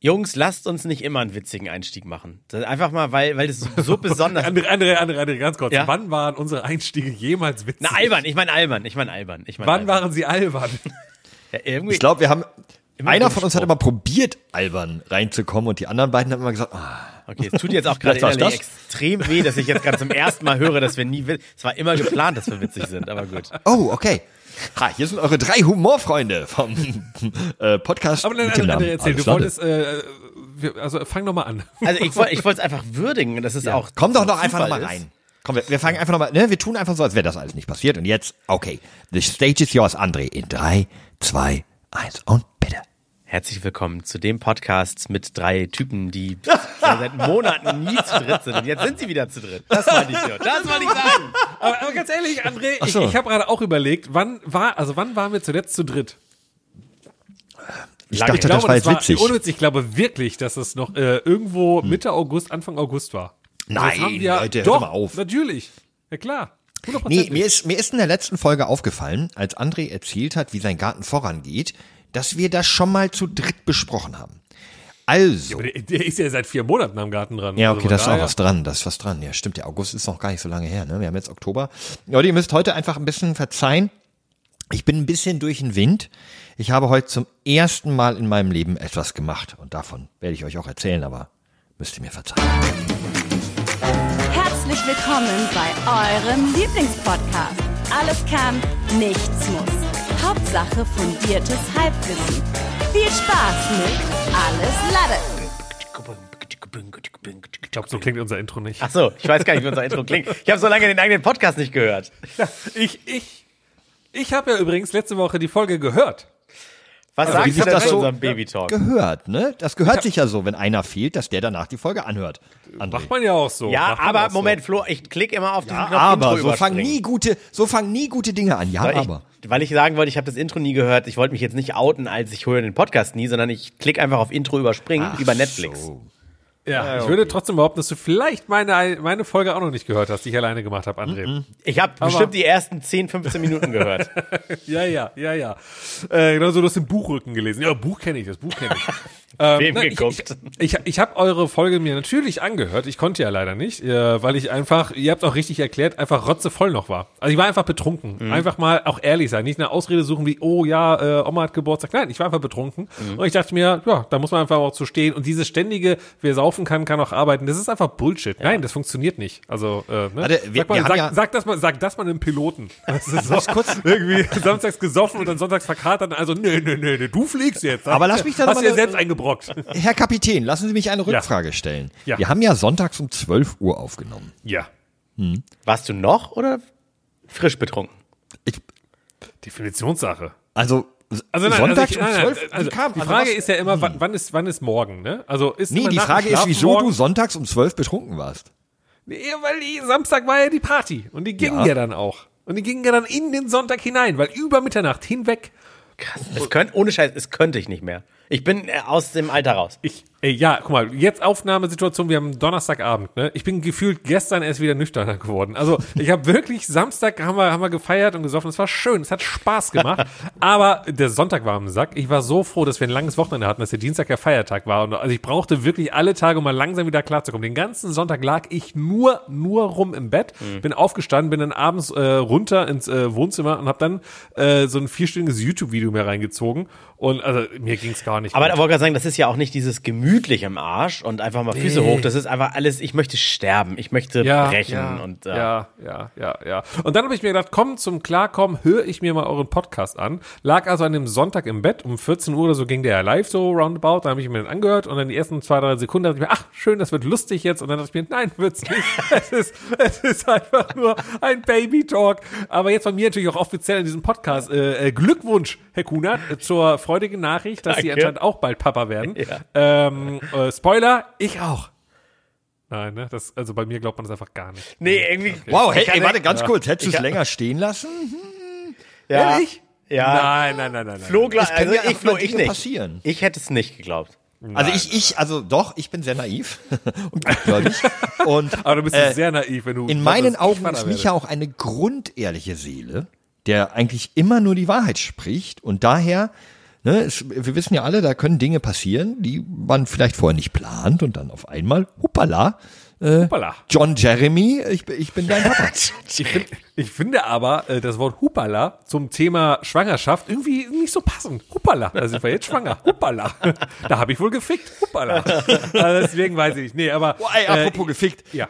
Jungs, lasst uns nicht immer einen witzigen Einstieg machen. Das einfach mal, weil, weil das so, so besonders Andere, andere, andere, andere, ganz kurz. Ja? Wann waren unsere Einstiege jemals witzig? Na, albern, ich meine albern, ich meine albern. Ich mein Wann albern. waren sie albern? Ja, irgendwie, Ich glaube, wir haben. einer von uns Spruch. hat immer probiert, albern reinzukommen und die anderen beiden haben immer gesagt, ah, okay, es tut jetzt auch gerade Vielleicht war's innerlich das. extrem weh, dass ich jetzt gerade zum ersten Mal höre, dass wir nie wit- Es war immer geplant, dass wir witzig sind, aber gut. oh, okay. Ha, hier sind eure drei Humorfreunde vom äh, Podcast. Aber dann, mit dem andere, Namen. erzähl, Alles du klar. wolltest, äh, wir, also fang nochmal an. Also ich, woll- ich wollte es einfach würdigen, dass es auch. Komm doch noch einfach Zufall nochmal ist. rein. Komm, wir, wir fangen einfach nochmal, ne? Wir tun einfach so, als wäre das alles nicht passiert. Und jetzt, okay. The stage is yours, André. In drei, zwei, eins und bitte. Herzlich willkommen zu dem Podcast mit drei Typen, die schon seit Monaten nie zu dritt sind. Und jetzt sind sie wieder zu dritt. Das wollte ich so. Das wollte ich sagen. Aber, aber ganz ehrlich, André, so. ich, ich habe gerade auch überlegt, wann war, also wann waren wir zuletzt zu dritt? Ich Lange- dachte, ich das war jetzt witzig. Hm. unwitzig. Ich glaube wirklich, dass es noch äh, irgendwo Mitte August, Anfang August war. Und jetzt Nein, haben wir, Leute, hört doch, mal auf. Natürlich. Ja klar. 100%. Nee, mir ist, mir ist in der letzten Folge aufgefallen, als André erzählt hat, wie sein Garten vorangeht, dass wir das schon mal zu dritt besprochen haben. Also. Der- Der ist ja seit vier Monaten am Garten dran. Ja, Also von okay, da ist auch daher- was dran, das ist was dran. Ja, stimmt, der August ist noch gar nicht so lange her, ne? Wir haben jetzt Oktober. Leute, ihr müsst heute einfach ein bisschen verzeihen. Ich bin ein bisschen durch den Wind. Ich habe heute zum ersten Mal in meinem Leben etwas gemacht und davon werde ich euch auch erzählen, aber müsst ihr mir verzeihen. Herzlich willkommen bei eurem Lieblingspodcast. Alles kann, nichts muss. Hauptsache fundiertes Halbwissen. Viel Spaß mit Alles Lade. Ich glaube, so klingt unser Intro nicht. Ach so, ich weiß gar nicht, wie unser Intro klingt. Ich habe so lange den eigenen Podcast nicht gehört. Ich, ich, ich habe ja übrigens letzte Woche die Folge gehört. Was wie sagst sich du denn das zu so- unserem Baby Talk? Gehört, ne? Das gehört sich ja so, wenn einer fehlt, dass der danach die Folge anhört. André. Macht man ja auch so. Ja, Macht man auch aber so. Moment, Flo, ich klicke immer auf diesen Knopf Aber Intro so fangen überspringen. nie gute, so fangen nie gute Dinge an. Ja, Weil ich, aber. weil ich sagen wollte, ich habe das Intro nie gehört. Ich wollte mich jetzt nicht outen, als ich höre den Podcast nie, sondern ich klicke einfach auf Intro überspringen über Netflix. so. Ja, ich würde trotzdem behaupten, dass du vielleicht meine, meine Folge auch noch nicht gehört hast, die ich alleine gemacht habe, Mm, André. Ich habe bestimmt die ersten 10, 15 Minuten gehört. Ja, ja, ja, ja. Äh, genau so, du hast den Buchrücken gelesen. Ja, Buch kenne ich, das Buch kenne ich. ähm, Wem nein, geguckt? Ich, ich, ich habe eure Folge mir natürlich angehört. Ich konnte ja leider nicht, äh, weil ich einfach, ihr habt auch richtig erklärt, einfach rotzevoll noch war. Also ich war einfach betrunken. Mhm. Einfach mal auch ehrlich sein. Nicht eine Ausrede suchen wie, oh ja, äh, Oma hat Geburtstag. Nein, ich war einfach betrunken. Mhm. Und ich dachte mir, ja, da muss man einfach auch zu stehen. Und dieses ständige, wer saufen kann, kann auch arbeiten, das ist einfach Bullshit. Nein, das funktioniert nicht. Also, äh, ne? Warte, wir- sag, mal, wir haben sag, ja- sag, das mal, sag das mal einem Piloten. Das ist so kurz irgendwie samstags gesoffen und dann sonntags verkatert. Also, nö, nö, nö, nö, du fliegst jetzt. Aber lass mich da noch Hast mal du dir eine- selbst eingebrockt. Herr Kapitän, lassen Sie mich eine Rückfrage stellen. Ja. Wir haben ja sonntags um 12 Uhr aufgenommen. Ja. Warst du noch oder frisch betrunken? Ich, Definitionssache. also, Also nein, also ich, sonntags um nein, 12 nein, Uhr also kam. die also Frage was- ist ja immer, wann, wann ist wann ist morgen, ne? Also ist Nee, immer die nach dem Frage ist, Schlafen wieso morgen- du sonntags um 12 betrunken warst. Nee, weil die, Samstag war ja die Party und die ging ja. dann auch. Und die ging ja dann in den Sonntag hinein, weil über Mitternacht hinweg Es könnt, ohne Scheiß, es könnte ich nicht mehr. Ich bin äh, aus dem Alter raus. Ich, ey, ja, guck mal, jetzt Aufnahmesituation, wir haben Donnerstagabend, ne? Ich bin gefühlt gestern erst wieder nüchterner geworden. Also, ich habe wirklich Samstag haben wir, haben wir gefeiert und gesoffen. Es war schön, es hat Spaß gemacht. aber der Sonntag war am Sack. Ich war so froh, dass wir ein langes Wochenende hatten, dass der Dienstag der Feiertag war. Und also ich brauchte wirklich alle Tage, um mal langsam wieder klarzukommen. Den ganzen Sonntag lag ich nur, nur rum im Bett, bin aufgestanden, bin dann abends äh, runter ins äh, Wohnzimmer und habe dann äh, so ein vierstündiges YouTube-Video mir reingezogen. Und also mir ging's gar nicht. Aber gut. da wollte ich gerade sagen, das ist ja auch nicht dieses gemütlich im Arsch und einfach mal Füße hoch. Das ist einfach alles, ich möchte sterben, ich möchte brechen Ja, und äh, ja, ja, ja, ja. Und dann habe ich mir gedacht, komm, zum Klarkommen höre ich mir mal euren Podcast an. Lag also an dem Sonntag im Bett, um 14 Uhr oder so ging der ja live so roundabout. Dann habe ich mir den angehört und dann die ersten zwei, drei Sekunden dachte ich mir, ach, schön, das wird lustig jetzt. Und dann dachte ich mir, nein, wird's nicht. es, ist, es ist einfach nur ein Baby-Talk. Aber jetzt von mir natürlich auch offiziell in diesem Podcast äh, äh, Glückwunsch, Herr Kunert, äh, zur freudigen Nachricht, dass Sie Danke. anscheinend auch bald Papa werden. Ja. Ähm, äh, Spoiler, ich auch. Nein, ne? Das, also bei mir glaubt man das einfach gar nicht. Nee, irgendwie. Wow, hey, Ich kann ey, ja- warte ganz kurz, hättest Ich du es kann- länger stehen lassen? ja, Ja. Nein, nein, nein, nein. nein. Flo, glaub- Es können also ja ich, Flo, erstmal ich Dinge nicht. passieren. Ich hätte es nicht geglaubt. Also ich, ich, also doch, ich bin sehr naiv und gläubig. Und Aber du bist äh, sehr naiv, wenn du. in glaubst, meinen dass ich Augen Vater ist werde. Micha auch eine grundehrliche Seele, der eigentlich immer nur die Wahrheit spricht und daher Ne, es, wir wissen ja alle, da können Dinge passieren, die man vielleicht vorher nicht plant und dann auf einmal, hoppala, äh, Hoppala. John Jeremy, ich, bin- ich bin dein Papa. ich bin, Ich finde aber äh, das Wort Hupala zum Thema Schwangerschaft irgendwie nicht so passend. Hupala, da sind wir jetzt schwanger. Hupala. Da habe ich wohl gefickt. Hupala. Also deswegen weiß ich nicht. Nee, aber. oh, ey, äh, apropos gefickt. ja.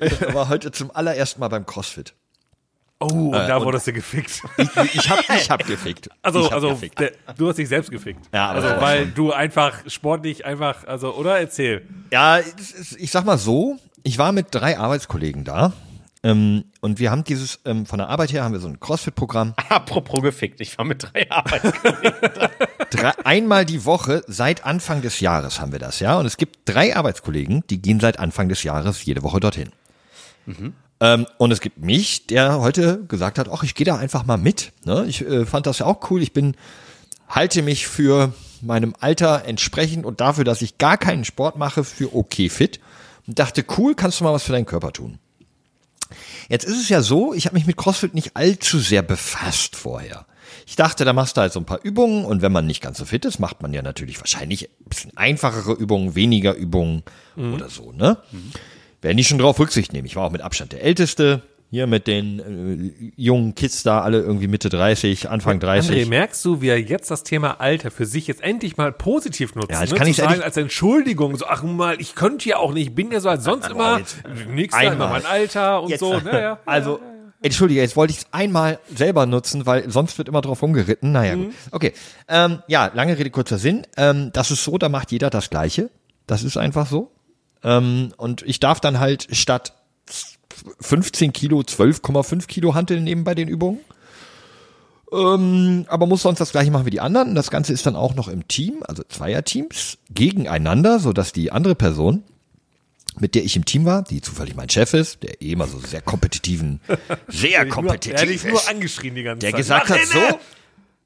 Ich war heute zum allerersten Mal beim CrossFit. Oh, und da wurdest du gefickt. äh, Ich, ich habe ich hab gefickt. Also, ich hab also gefickt. der, du hast dich selbst gefickt. Ja, aber also, das war weil du einfach sportlich einfach, also, oder? Erzähl. Ja, es ist- ich sag mal so, ich war mit drei Arbeitskollegen da. Ähm, und wir haben dieses, ähm, von der Arbeit her haben wir so ein CrossFit-Programm. Apropos gefickt, ich war mit drei Arbeitskollegen. Drei- Einmal die Woche, seit Anfang des Jahres haben wir das, ja. Und es gibt drei Arbeitskollegen, die gehen seit Anfang des Jahres jede Woche dorthin. Ähm, und es gibt mich, der heute gesagt hat, ach, ich gehe da einfach mal mit. Ne? Ich äh, fand das ja auch cool. Ich bin, halte mich für meinem Alter entsprechend und dafür, dass ich gar keinen Sport mache, für okay fit. Und dachte, cool, kannst du mal was für deinen Körper tun. Jetzt ist es ja so, ich habe mich mit CrossFit nicht allzu sehr befasst vorher. Ich dachte, da machst du halt so ein paar Übungen und wenn man nicht ganz so fit ist, macht man ja natürlich wahrscheinlich ein bisschen einfachere Übungen, weniger Übungen oder so, ne? Werden die schon drauf Rücksicht nehmen. Ich war auch mit Abstand der Älteste, hier mit den äh, jungen Kids da, alle irgendwie Mitte 30, Anfang 30. André, merkst du, wie er jetzt das Thema Alter für sich jetzt endlich mal positiv nutzt? Ja, jetzt kann Zu ich's sagen, endlich- als Entschuldigung, so, ach mal, ich könnte ja auch nicht, ich bin ja so als sonst immer, jetzt- nix da, immer einmal. mein Alter und so. ne, Naja. Also, entschuldige, jetzt wollte ich es einmal selber nutzen, weil sonst wird immer drauf rumgeritten. Naja, gut. Okay. Ähm, ja, lange Rede, kurzer Sinn. Ähm, das ist so, da macht jeder das Gleiche. Das ist einfach so. Ähm, und ich darf dann halt statt 15 Kilo, 12,5 Kilo Hanteln nehmen bei den Übungen. Ähm, aber muss sonst das gleiche machen wie die anderen. Und Das Ganze ist dann auch noch im Team, also Zweierteams, gegeneinander, sodass die andere Person mit der ich im Team war, die zufällig mein Chef ist, der eh immer so sehr kompetitiven, sehr Er hat dich kompetitiv nur ist, angeschrien die ganze der Zeit. gesagt Mach hat, hin, so, ne?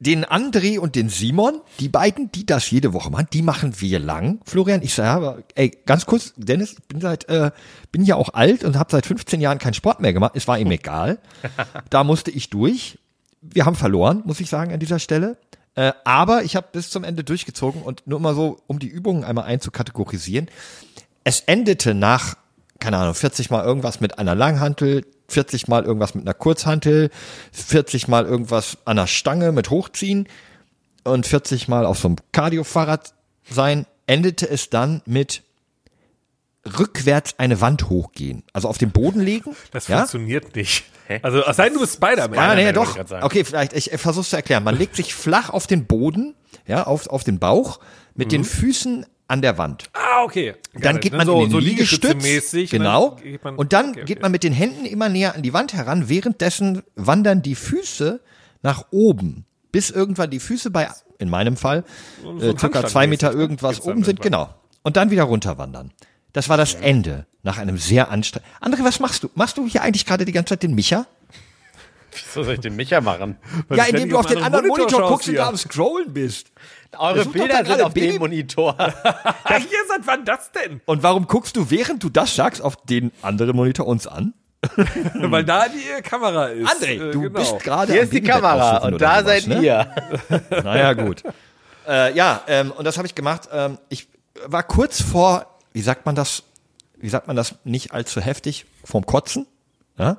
den André und den Simon, die beiden, die das jede Woche machen, die machen wir lang. Florian, ich sage, aber, ey, ganz kurz, Dennis, ich bin seit, äh, bin ja auch alt und habe seit 15 Jahren keinen Sport mehr gemacht. Es war ihm egal. Da musste ich durch. Wir haben verloren, muss ich sagen, an dieser Stelle. Äh, aber ich habe bis zum Ende durchgezogen und nur mal so, um die Übungen einmal einzukategorisieren. Es endete nach, keine Ahnung, 40 mal irgendwas mit einer Langhantel, 40 mal irgendwas mit einer Kurzhantel, 40 mal irgendwas an einer Stange mit Hochziehen und 40 mal auf so einem Cardio-Fahrrad sein, endete es dann mit rückwärts eine Wand hochgehen. Also auf den Boden legen. Das ja? funktioniert nicht. Also, es sei denn, du bist Spider-Man. Ah, nee, Nein, wollte ich doch. grad sagen. Okay, vielleicht, ich äh, versuch's zu erklären. Man legt sich flach auf den Boden, ja, auf, auf den Bauch, mit Mhm. den Füßen an der Wand. Ah, okay. Dann geht man so, in den so Liegestütz, Liegestütz-mäßig, ne? genau. Geht man- und dann okay, geht okay. man mit den Händen immer näher an die Wand heran, währenddessen wandern die Füße nach oben, bis irgendwann die Füße bei, in meinem Fall, ein äh, circa Handstand zwei Meter mäßig, ne? irgendwas Geht's dann oben sind, irgendwann. genau. Und dann wieder runterwandern. Das war das Ende nach einem sehr anstrengenden. André, was machst du? Machst du hier eigentlich gerade die ganze Zeit den Micha? So soll ich den Micha machen. Weil Ja, du indem ständig du auf den anderen Monitor, schaust guckst und hier. da am Scrollen bist. Eure Versuch doch Bilder dann sind alle auf dem Baby- Monitor. Ah, hier seit wann das denn? Und warum guckst du, während du das sagst, auf den anderen Monitor uns an? Weil da die Kamera ist. Hm. André, Äh, du genau. bist gerade Hier am ist die Bienenbett Kamera aussuchen und oder da sowas, seid ne? ihr. Naja, gut. äh, ja, ähm, und das habe ich gemacht. Ähm, ich war kurz vor, wie sagt man das, wie sagt man das nicht allzu heftig, vorm Kotzen. Ja?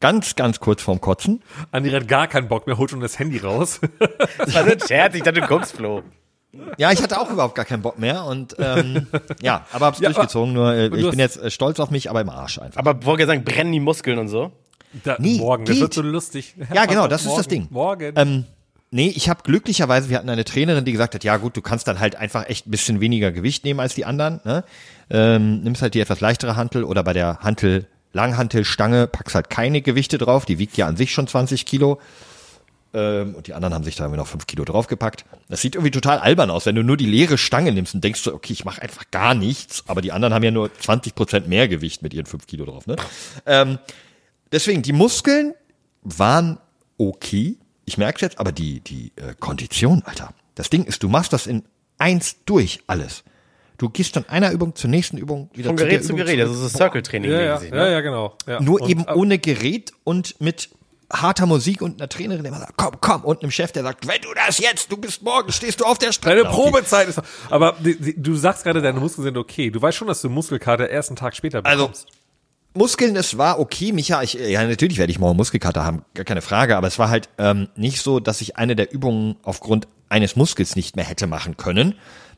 Ganz, ganz kurz vorm Kotzen. Andi hat gar keinen Bock mehr, holt schon das Handy raus. Das war so ein Scherz, ich dachte, du kommst, Flo. Ja, ich hatte auch überhaupt gar keinen Bock mehr und ähm, ja, aber hab's Ja, aber- durchgezogen. Nur äh, du ich bin hast- jetzt äh, stolz auf mich, aber im Arsch einfach. Aber wollte sagen, brennen die Muskeln und so. Da, Nee, morgen, das geht. wird so lustig. Ja, genau, das ist das Morgen, Ding. Morgen. Ähm, nee, ich habe glücklicherweise, wir hatten eine Trainerin, die gesagt hat, ja gut, du kannst dann halt einfach echt ein bisschen weniger Gewicht nehmen als die anderen. Ne? Ähm, nimmst halt die etwas leichtere Hantel oder bei der Hantel Langhantelstange packst halt keine Gewichte drauf, die wiegt ja an sich schon 20 Kilo. Ähm, und die anderen haben sich da irgendwie noch 5 Kilo draufgepackt. Das sieht irgendwie total albern aus, wenn du nur die leere Stange nimmst und denkst so, okay, ich mache einfach gar nichts, aber die anderen haben ja nur 20% mehr Gewicht mit ihren 5 Kilo drauf. Ne? Ähm, deswegen, die Muskeln waren okay. Ich merke jetzt, aber die, die äh, Kondition, Alter. Das Ding ist, du machst das in eins durch alles. Du gehst von einer Übung zur nächsten Übung wieder Von zu der Gerät zu also Übung Gerät, zurück. das ist so Circle-Training ja, ja, mäßig, ja, ne? ja, genau. Ja. Nur Und eben ab- ohne Gerät und mit harter Musik und einer Trainerin, der immer sagt, komm, komm, und einem Chef, der sagt, wenn du das jetzt, du bist morgen, stehst du auf der Strecke. Deine Probezeit ist. Aber die, die, du sagst gerade, deine Muskeln sind okay. Du weißt schon, dass du Muskelkater erst einen Tag später Also bekommst. Muskeln, es war okay, Micha, ich, ja natürlich werde ich morgen Muskelkater haben, gar keine Frage, aber es war halt ähm, nicht so, dass ich eine der Übungen aufgrund eines Muskels nicht mehr hätte machen können,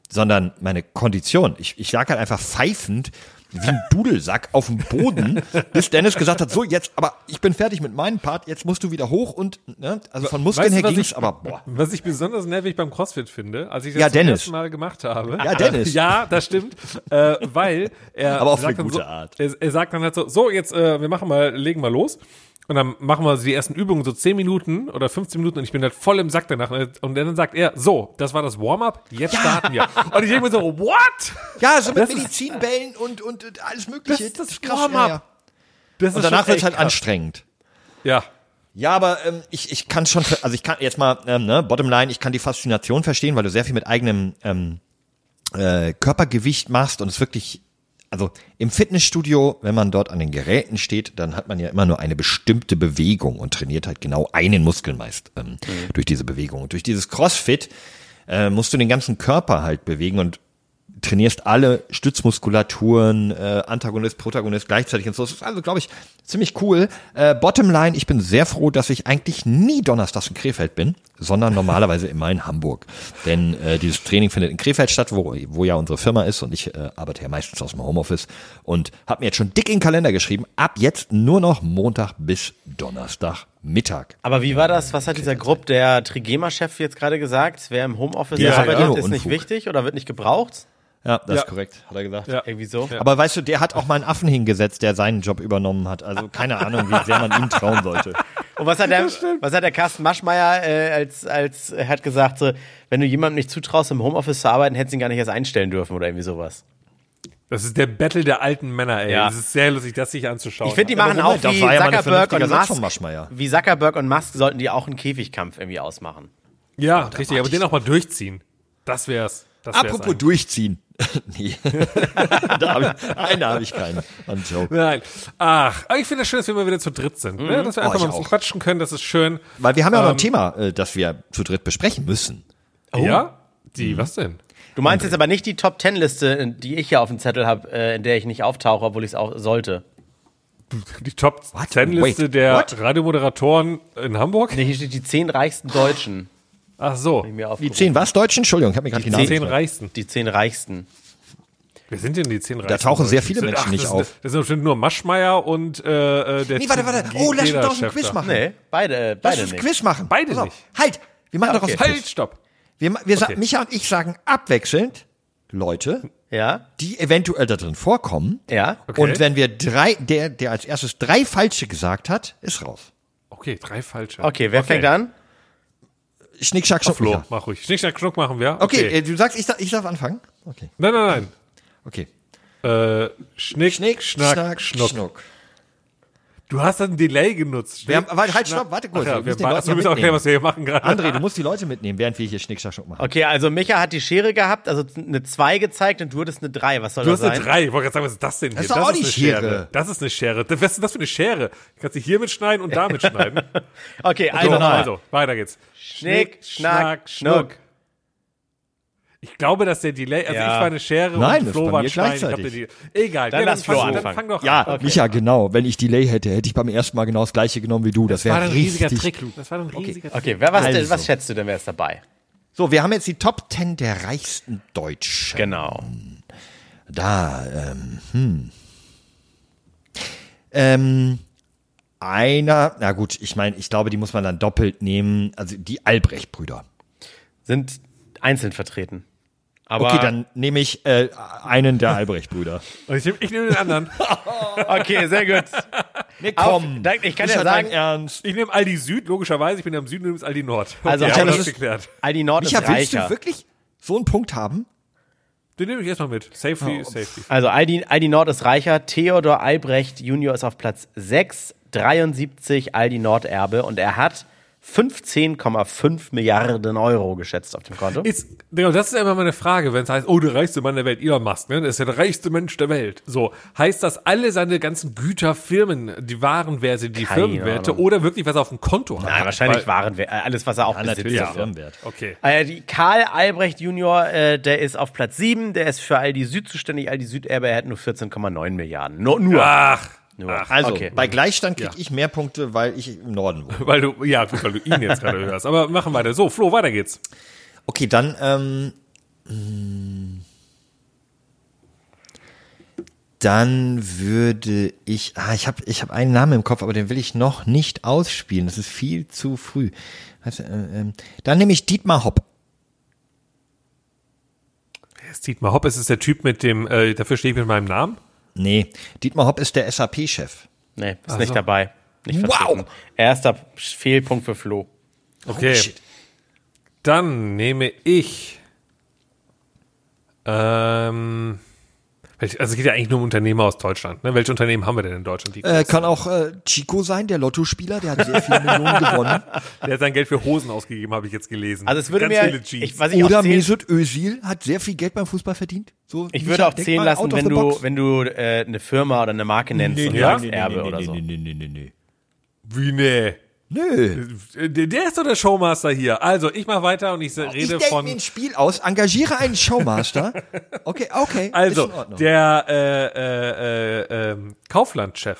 sondern meine Kondition. Ich, ich lag halt einfach pfeifend wie ein Dudelsack auf dem Boden, bis Dennis gesagt hat, so jetzt, aber ich bin fertig mit meinem Part, jetzt musst du wieder hoch und, ne, also von Muskeln Weißt du, her was ging's, ich- aber boah. was ich besonders nervig beim CrossFit finde, als ich das Ja, zum Dennis. ersten Mal gemacht habe. Ja, Dennis. Ja, das stimmt. Äh, weil er Aber auf eine dann gute so, Art. Er, er sagt dann halt so, so jetzt, äh, wir machen mal, legen mal los. Und dann machen wir so die ersten Übungen, so 10 Minuten oder 15 Minuten und ich bin halt voll im Sack danach. Und dann sagt er, so, das war das Warm-up, jetzt starten wir. Und ich denke mir so, what? Ja, so mit Das ist- Medizinbällen und, und äh, alles Das mögliche. ist das krass, ja, ja. Warm-up. Das Und ist danach schon wird's echt halt krass. anstrengend. Ja. Ja, aber ähm, ich, ich kann schon, also ich kann jetzt mal, ähm, ne, bottom line, ich kann die Faszination verstehen, weil du sehr viel mit eigenem ähm, äh, Körpergewicht machst und es wirklich, also im Fitnessstudio, wenn man dort an den Geräten steht, dann hat man ja immer nur eine bestimmte Bewegung und trainiert halt genau einen Muskel meist ähm, durch diese Bewegung. Und durch dieses Crossfit äh, musst du den ganzen Körper halt bewegen und trainierst alle Stützmuskulaturen, äh, Antagonist, Protagonist gleichzeitig und so. Das ist also, glaube ich, ziemlich cool. Äh, Bottomline, ich bin sehr froh, dass ich eigentlich nie donnerstags in Krefeld bin, sondern normalerweise immer in Hamburg. Denn äh, dieses Training findet in Krefeld statt, wo, wo ja unsere Firma ist und ich äh, arbeite ja meistens aus dem Homeoffice und habe mir jetzt schon dick in den Kalender geschrieben, ab jetzt nur noch Montag bis Donnerstag Mittag. Aber wie war das? Was hat dieser Grupp, der Trigema-Chef jetzt gerade gesagt? Wer im Homeoffice Ja, arbeitet, ja. ist nicht Unfug. wichtig oder wird nicht gebraucht? Ja, das Ja. ist korrekt, hat er gesagt. Ja. Irgendwie so. Aber weißt du, der hat auch mal einen Affen hingesetzt, der seinen Job übernommen hat. Also keine Ahnung, wie sehr man ihm trauen sollte. Und was hat der, was hat der Carsten Maschmeyer äh, als, als er hat gesagt, so, wenn du jemandem nicht zutraust, im Homeoffice zu arbeiten, hättest du ihn gar nicht erst einstellen dürfen oder irgendwie sowas. Das ist der Battle der alten Männer, ey. Ja. Das ist sehr lustig, das sich anzuschauen. Ich finde, die Aber machen auch Moment, das wie war ja mal ein Zuckerberg vernünftiger und Satz von Musk. Maschmeyer. Wie Zuckerberg und Musk sollten die auch einen Käfigkampf irgendwie ausmachen. Ja, richtig, aber den auch mal durchziehen. Das wär's. Das wär's Apropos eigentlich. durchziehen. nee. da hab ich, einen habe ich keinen. Ein Joke. Nein. Ach, aber ich finde es das schön, dass wir mal wieder zu dritt sind. Ne? Dass wir einfach Oh, mal ich ein bisschen auch. quatschen können, das ist schön. Weil wir haben ja noch ein Thema, äh, das wir zu dritt besprechen müssen. Ja? Mhm. Die, was denn? Du meinst jetzt aber nicht die Top Ten Liste, die ich hier auf dem Zettel habe, äh, in der ich nicht auftauche, obwohl ich es auch sollte. Die Top What? Ten Liste Wait, der what? Radiomoderatoren in Hamburg? Nee, hier steht die zehn reichsten Deutschen. Ach so. die Mir Die aufgerufen. zehn was? Deutschen? Entschuldigung, ich habe mir gerade die, Die Namen zehn geschmeckt. reichsten. Die zehn reichsten. Wer sind denn die zehn reichsten? tauchen sehr Deutschen? viele Menschen Ach, nicht das auf. Sind, das sind bestimmt nur Maschmeyer und äh, äh, der Nee, warte, warte. Oh, lass uns doch einen Chef Quiz da. machen. Nee, beide, äh, Lass beide uns ein nicht. Quiz machen. Beide Pass auf. nicht. Halt, wir machen daraus ein Halt, Quiz. stopp. Wir, ma- wir sa- Okay. Micha und ich sagen abwechselnd Leute, Ja, die eventuell da drin vorkommen. ja. Okay. Und wenn wir drei, der, der als erstes drei falsche gesagt hat, ist raus. Okay, drei falsche. Okay, wer fängt an? Schnick, Schnack, Schnuck, Flo, Micha. mach ruhig. Schnick, schnack, schnuck machen wir. Okay, äh, du sagst, ich darf, ich darf anfangen? Okay, Nein, nein, okay. nein. Äh, Schnick, Schnick, Schnack, Schnack, Schnuck. Schnuck. Du hast einen Delay genutzt. Wir haben, Schnick, warte, halt, Schnack. stopp, warte kurz. Ach Ja, wir wir müssen die machen- Leute wir noch müssen auch erklären, mitnehmen. was wir hier machen gerade. André, du musst die Leute mitnehmen, während wir hier Schnick, Schnack, Schnuck machen. Okay, also Micha hat die Schere gehabt, also eine 2 gezeigt und du hattest eine 3. Was soll Du das hast eine sein? drei. Ich wollte gerade sagen, was ist das denn hier? Das ist doch auch die eine Schere. Das ist eine Schere. Das- Was ist denn das für eine Schere? Du kannst sie hier mitschneiden und da mitschneiden. Okay, So, also nochmal. also, weiter geht's. Schnick, Schnack, Schnuck. Ich glaube, dass der Delay, also Ja. ich war eine Schere Nein, und das Flo war war mir ein Stein. Ich glaub, der gleichzeitig. Delay- Egal, Dann ja, lass Flo fang, Dann anfangen. fang doch Ja, an. Okay. Micha, genau. Wenn ich Delay hätte, hätte ich beim ersten Mal genau das gleiche genommen wie du. Das, Das war wäre doch ein riesiger richtig. Trick, Luke. Das war doch ein riesiger Trick. Okay, wer, was, denn, Also. was schätzt du denn, wer ist dabei? So, wir haben jetzt die Top 10 der reichsten Deutschen. Genau. Da, ähm, hm. Ähm, einer, na gut, ich meine, ich glaube, die muss man dann doppelt nehmen. Also die Albrecht-Brüder. Sind einzeln vertreten. Aber Okay, dann nehme ich äh, einen der Albrecht-Brüder. Und ich, nehm- ich nehme den anderen. Okay, sehr gut. Nee, komm. Auf- ich kann ja halt sagen- dein Ernst. Ich nehme Aldi Süd, logischerweise. Ich bin am Süden, du nimmst Aldi Nord. Also, ja, Micha, haben wir das das ist- geklärt. Aldi Nord Micha, ist willst du reicher. wirklich so einen Punkt haben? Den nehme ich erstmal mit. Safety, safety. Also Aldi, Aldi Nord ist reicher. Theodor Albrecht Junior ist auf Platz 6, 73 Aldi Nord Erbe und er hat 15,5 Milliarden Euro geschätzt auf dem Konto. Ist, genau, das ist ja immer meine Frage, wenn es heißt, oh, der reichste Mann der Welt, Elon Musk, ne? Das ist ja der reichste Mensch der Welt. So, heißt das, alle seine ganzen Güter, Firmen, die Warenwerte, die Keine Firmenwerte Ahnung. oder wirklich was auf dem Konto hat? Nein, wahrscheinlich Weil- waren wir äh, alles, was er auch besitzt. Ah, natürlich ist, der Firmenwert. Okay. Äh, die Karl Albrecht Junior, äh, der ist auf Platz 7, der ist für Aldi Süd zuständig. Aldi Süd Erbe, er hat nur 14,9 Milliarden. Nur, nur. Ah, Ach, nur. Also, okay. bei Gleichstand kriege Ja. ich mehr Punkte, weil ich im Norden wohne. weil du, ja, gut, weil du ihn jetzt gerade hörst. Aber machen wir weiter. So, Flo, weiter geht's. Okay, dann, ähm, mm, dann würde ich, ah, ich habe ich hab einen Namen im Kopf, aber den will ich noch nicht ausspielen. Das ist viel zu früh. Was, äh, ähm, dann nehme ich Dietmar Hopp. Es sieht mal, hopp, es ist der Typ mit dem, äh, dafür stehe ich mit meinem Namen. Nee, Dietmar Hopp ist der SAP-Chef. Nee, ist Ach nicht so. dabei. Nicht Wow. vertreten. Erster Fehlpunkt für Flo. Okay. shit. Dann nehme ich. Ähm, welch- also es geht ja eigentlich nur um Unternehmer aus Deutschland. Ne? Welche Unternehmen haben wir denn in Deutschland? Die Äh, kann auch äh, Chico sein, der Lottospieler, der hat sehr viele Millionen gewonnen. Der hat sein Geld für Hosen ausgegeben, habe ich jetzt gelesen. Also es würde Ganz mir, viele Jeans. ich, was ich Oder auch zählen, Mesut Özil hat sehr viel Geld beim Fußball verdient. So, ich Michael würde auch zählen Deckmann, lassen, out of wenn the du, box. wenn du äh, eine Firma oder eine Marke nennst und nee, sagst nee, Erbe oder so. Nee, nee, nee, nee. Wie ne? Nö. Der der ist doch der Showmaster hier. Also ich mache weiter und ich Oh, se- Ich rede denke mir von. ein Spiel aus, engagiere einen Showmaster. Okay, okay. Also ist in Ordnung. der äh, äh, äh, ähm, Kaufland-Chef.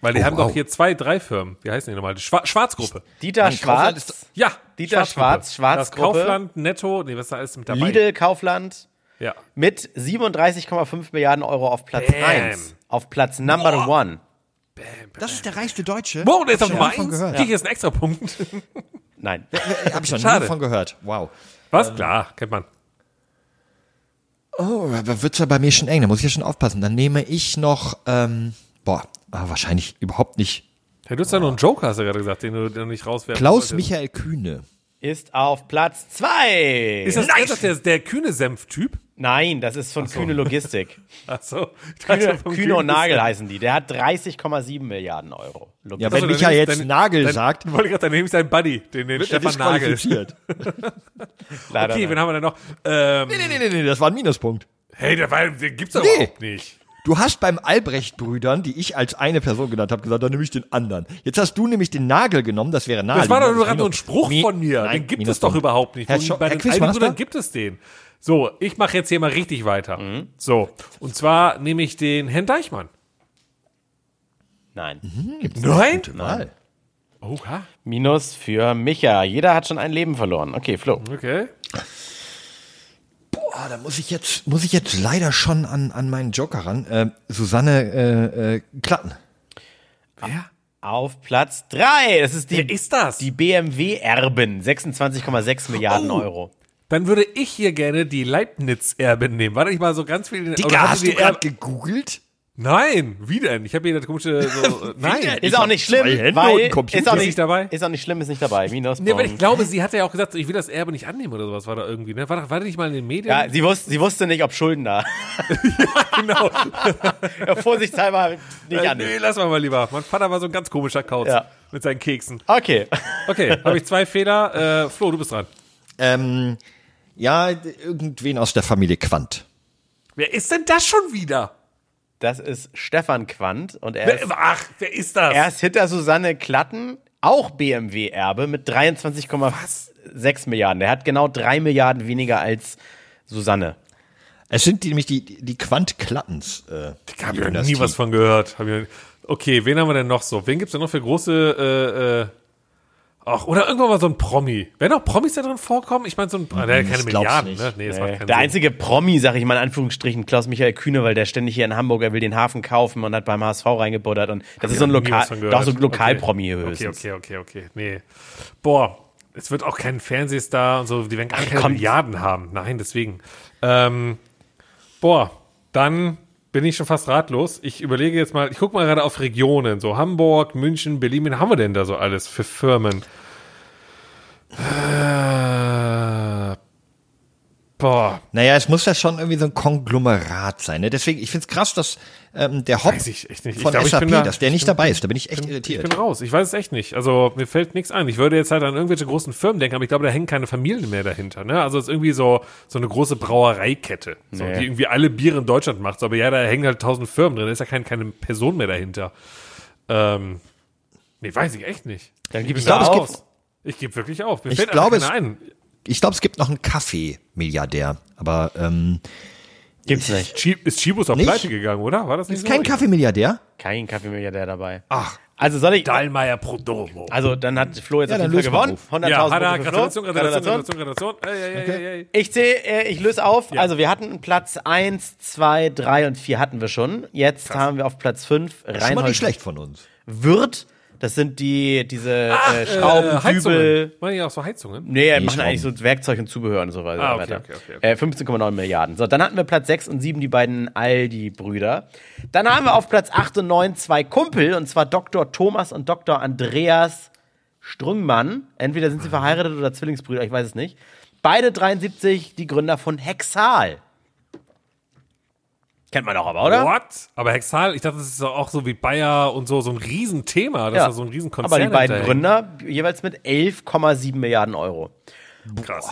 Weil die Oh, haben wow. doch hier zwei, drei Firmen. Wie heißen die nochmal? Die Schwa Schwarzgruppe. Dieter Mann, Kaufland Schwarz, ist- Ja. Dieter Schwarz, Das Schwarzgruppe. Kaufland, Netto, nee, was ist da alles mit dabei? Lidl, Kaufland Ja. mit 37,5 Milliarden Euro auf Platz Bam. 1. Auf Platz Number One. das ist der reichste Deutsche. Boah, der ist auf Hab Nummer ich noch nie von eins. gehört. Krieg ich jetzt einen extra Punkt. Nein. Äh, Hab ich noch nie Schade. davon gehört. Wow. Was? Ähm. Klar, kennt man. Oh, da wird's ja bei mir schon eng. Da muss ich ja schon aufpassen. Dann nehme ich noch, ähm, boah, ah, wahrscheinlich überhaupt nicht. Ja, du hast ja nur einen Joker, hast du gerade gesagt, den du, den du nicht rauswerfen Klaus wolltest. Michael Kühne. Ist auf Platz 2. Ist das ernsthaft der, der kühne Senf-Typ? Nein, das ist von Kühne Logistik. Achso. Kühne, Also, Kühne und Nagel heißen die. Der hat 30,7 Milliarden Euro. Logistik. Ja, wenn Michael jetzt Nagel sagt, Ich wollte gerade, dann nehme ich seinen Buddy, den, den wird er Stefan Nagel. disqualifiziert. Leider Okay, nein. wen haben wir denn noch? Ähm, Nee, nee, nee, nee, das war ein Minuspunkt. Hey, der, war, den gibt's doch Nee. überhaupt nicht. Du hast beim Albrecht-Brüdern, die ich als eine Person genannt habe, gesagt, dann nehme ich den anderen. Jetzt hast du nämlich den Nagel genommen, das wäre nahe. Das war doch nur gerade nur ein Spruch von mir. Nein, den gibt es Minuspunkt. doch überhaupt nicht. Herr Wo- Scho- Bei Herr den alten Quizmaster? Brüdern gibt es den. So, ich mache jetzt hier mal richtig weiter. Mhm. So, und zwar nehme ich den Herrn Deichmann. Nein. Nein? Mal. Oha, Minus für Micha. Jeder hat schon ein Leben verloren. Okay, Flo. okay. Boah, da muss ich jetzt, muss ich jetzt leider schon an, an meinen Joker ran. Ähm, Susanne äh, äh, Klatten. Wer Auf Platz 3. Das ist die, Wer ist Oh, das? die BMW-Erben. 26,6 Milliarden Euro. Dann würde ich hier gerne die Leibniz-Erbin nehmen. Warte, ich mal so ganz viel... Digga, oder hatte hast die du gerade Erb- gegoogelt? Nein, wie denn? Ich habe hier das komische... So, äh, nein. Ist auch nicht schlimm, zwei Hände und weil einen Computer. ist auch Ist nicht nicht dabei? Ist auch nicht schlimm, ist nicht dabei. Minus. Nee, weil ich Punkt. glaube, sie hatte ja auch gesagt, ich will das Erbe nicht annehmen oder sowas, war da irgendwie, ne? War, doch- war das nicht mal in den Medien? ja, sie, wusste, sie wusste nicht, ob Schulden da. genau. Ja, vorsichtshalber nicht Äh, annehmen. Nee, lass mal mal lieber. Mein Vater war so ein ganz komischer Kauz Ja. mit seinen Keksen. Okay. Okay, habe ich zwei Fehler. Äh, Flo, du bist dran. Ähm, ja, irgendwen aus der Familie Quandt. Wer ist denn das schon wieder? Das ist Stefan Quandt und er Wer, ist ach, wer ist das? Er ist hinter Susanne Klatten, auch BMW-Erbe mit 23,6 Milliarden. Er hat genau 3 Milliarden weniger als Susanne. Es sind die, nämlich die, die Quandt-Klattens. Äh, ich habe die ja nie Dynastie. was von gehört. Hab ich- Okay, wen haben wir denn noch so? Wen gibt's denn noch für große, äh, äh, ach, oder irgendwann mal so ein Promi. Werden auch Promis da drin vorkommen? Ich meine, so ein, ah, der hat keine ich glaub's Milliarden, nicht. ne? Nee, das macht Der keinen Sinn. einzige Promi, sag ich mal in Anführungsstrichen, Klaus-Michael Kühne, weil der ständig hier in Hamburg, er will den Hafen kaufen und hat beim HSV reingebuttert. Und das ist so ein, Noch nie Lokal, was von gehört. doch so ein Lokalpromi okay. höchstens. Okay, okay, okay, okay. Nee. Boah, es wird auch kein Fernsehstar und so, die werden gar keine komm. Milliarden haben. Nein, deswegen. Ähm, boah, dann bin ich schon fast ratlos. Ich überlege jetzt mal, ich gucke mal gerade auf Regionen. So Hamburg, München, Berlin, wen haben wir denn da so alles für Firmen? Äh, Boah, Naja, es muss ja schon irgendwie so ein Konglomerat sein. Ne? Deswegen, ich finde es krass, dass ähm, der Hop Weiß ich echt nicht. Ich von glaub, ich SAP, bin da- dass der ich nicht bin- dabei ist. Da bin ich echt bin, ich irritiert. bin raus. Ich weiß es echt nicht. Also mir fällt nichts ein. Ich würde jetzt halt an irgendwelche großen Firmen denken, aber ich glaube, da hängen keine Familien mehr dahinter. Ne? Also es ist irgendwie so, so eine große Brauereikette, so, Nee. die irgendwie alle Biere in Deutschland macht. So, aber ja, da hängen halt tausend Firmen drin. Da ist ja kein, keine Person mehr dahinter. Ähm, nee, weiß ich echt nicht. Dann gebe ich ich da gebe glaub, auf. es aus. Ich gebe wirklich auf. Mir Ich fällt glaube, einfach keiner ein. Ich glaube, es gibt noch einen Kaffee-Milliardär. Aber ähm, Gibt's nicht. Chi- Ist Chibus auf Nicht? Pleite gegangen, oder? War das nicht ist so? kein Ich- Kaffee-Milliardär. Kein Kaffeemilliardär dabei. Ach. Also soll ich. Dalmayer Prodomo. Also dann hat Flo jetzt Ja, auf jeden Fall dann lösen wir gewonnen. auf. 100.000 Ja, hat Punkte für er. Flo. Gratulation, Gratulation, Gratulation. Gratulation, Gratulation. Ey, ey, ey, ey, ey. Ich zähle, äh, ich löse auf. Also wir hatten Platz 1, 2, 3 und 4 hatten wir schon. Jetzt haben wir auf Platz 5 Schon mal nicht Reinhold schlecht von uns. Wirth. Das sind die, diese äh, Äh, Schrauben, Dübel. Heizungen. Machen die auch so Heizungen? Nee, die machen Schrauben. eigentlich so Werkzeug und Zubehör und so weiter. Ah, okay, okay, okay, okay. Äh, 15,9 Milliarden. So, dann hatten wir Platz 6 und 7 die beiden Aldi-Brüder. Dann haben wir auf Platz 8 und 9 zwei Kumpel, und zwar Dr. Thomas und Dr. Andreas Strüngmann. Entweder sind sie verheiratet oder Zwillingsbrüder, ich weiß es nicht. Beide 73, die Gründer von Hexal. Kennt man doch aber, oder? What? Aber Hexal, ich dachte, das ist doch auch so wie Bayer und so, so ein Riesenthema, dass da so ein Riesenkonzern aber die beiden hinterhängt. Gründer jeweils mit 11,7 Milliarden Euro.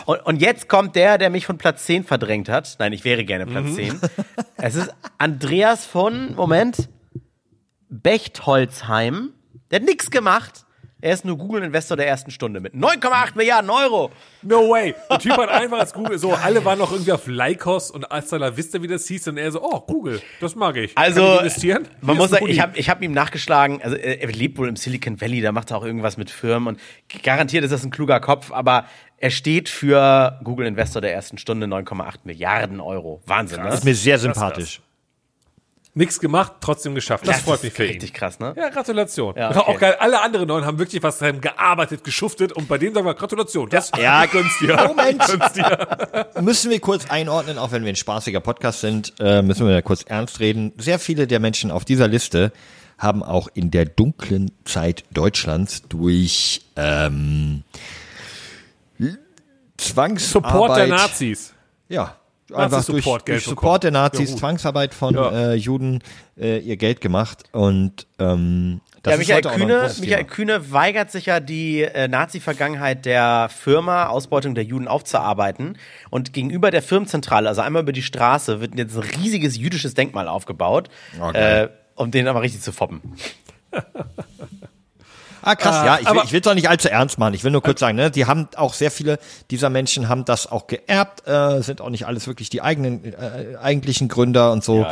Und, und jetzt kommt der, der mich von Platz 10 verdrängt hat. Nein, ich wäre gerne Mhm. Platz 10. Es ist Andreas von, Moment, Bechtholzheim. Der hat nichts gemacht. Er ist nur Google-Investor der ersten Stunde mit 9,8 Milliarden Euro. No way. Der Typ hat einfach als Google, so, alle waren noch irgendwie auf Lycos und Hasta la Vista, wie das hieß, und er so, oh, Google, das mag ich. Kann ich Also, investieren? man äh, Hier muss ist ein sagen, ich Hoodie. habe ich hab ihm nachgeschlagen, also er er lebt wohl im Silicon Valley, da macht er auch irgendwas mit Firmen und garantiert ist das ein kluger Kopf, aber er steht für Google Investor der ersten Stunde 9,8 Milliarden Euro. Wahnsinn, Ist ne? mir sehr sympathisch. Nichts gemacht, trotzdem geschafft. Das, freut mich ist für ihn. Richtig krass, ne? Ja, Gratulation. Ja, Und okay. Auch geil, alle anderen neun haben wirklich was dran gearbeitet, geschuftet und bei denen sagen wir Gratulation. Das Ja, gönnst dir. Moment. Gönn's dir. Müssen wir kurz einordnen, auch wenn wir ein spaßiger Podcast sind, äh, müssen wir da kurz ernst reden. Sehr viele der Menschen auf dieser Liste haben auch in der dunklen Zeit Deutschlands durch ähm, Zwangsarbeit. Support der Nazis. Ja. Nazi-Support Einfach durch, Geld durch bekommen. Support der Nazis, Ja, gut. Zwangsarbeit von Ja. äh, Juden äh, ihr Geld gemacht und ähm, das Ja, ist Michael heute auch noch ein Kühne, großes Michael Thema. Kühne weigert sich ja, die äh, Nazi-Vergangenheit der Firma, Ausbeutung der Juden aufzuarbeiten. Und gegenüber der Firmenzentrale, also einmal über die Straße, wird jetzt ein riesiges jüdisches Denkmal aufgebaut, Oh, äh, geil. um den aber richtig zu foppen. Ah, krass, ja, ich, will- aber- ich will es doch nicht allzu ernst machen. Ich will nur kurz sagen, ne, die haben auch sehr viele dieser Menschen haben das auch geerbt, äh, sind auch nicht alles wirklich die eigenen äh, eigentlichen Gründer und so.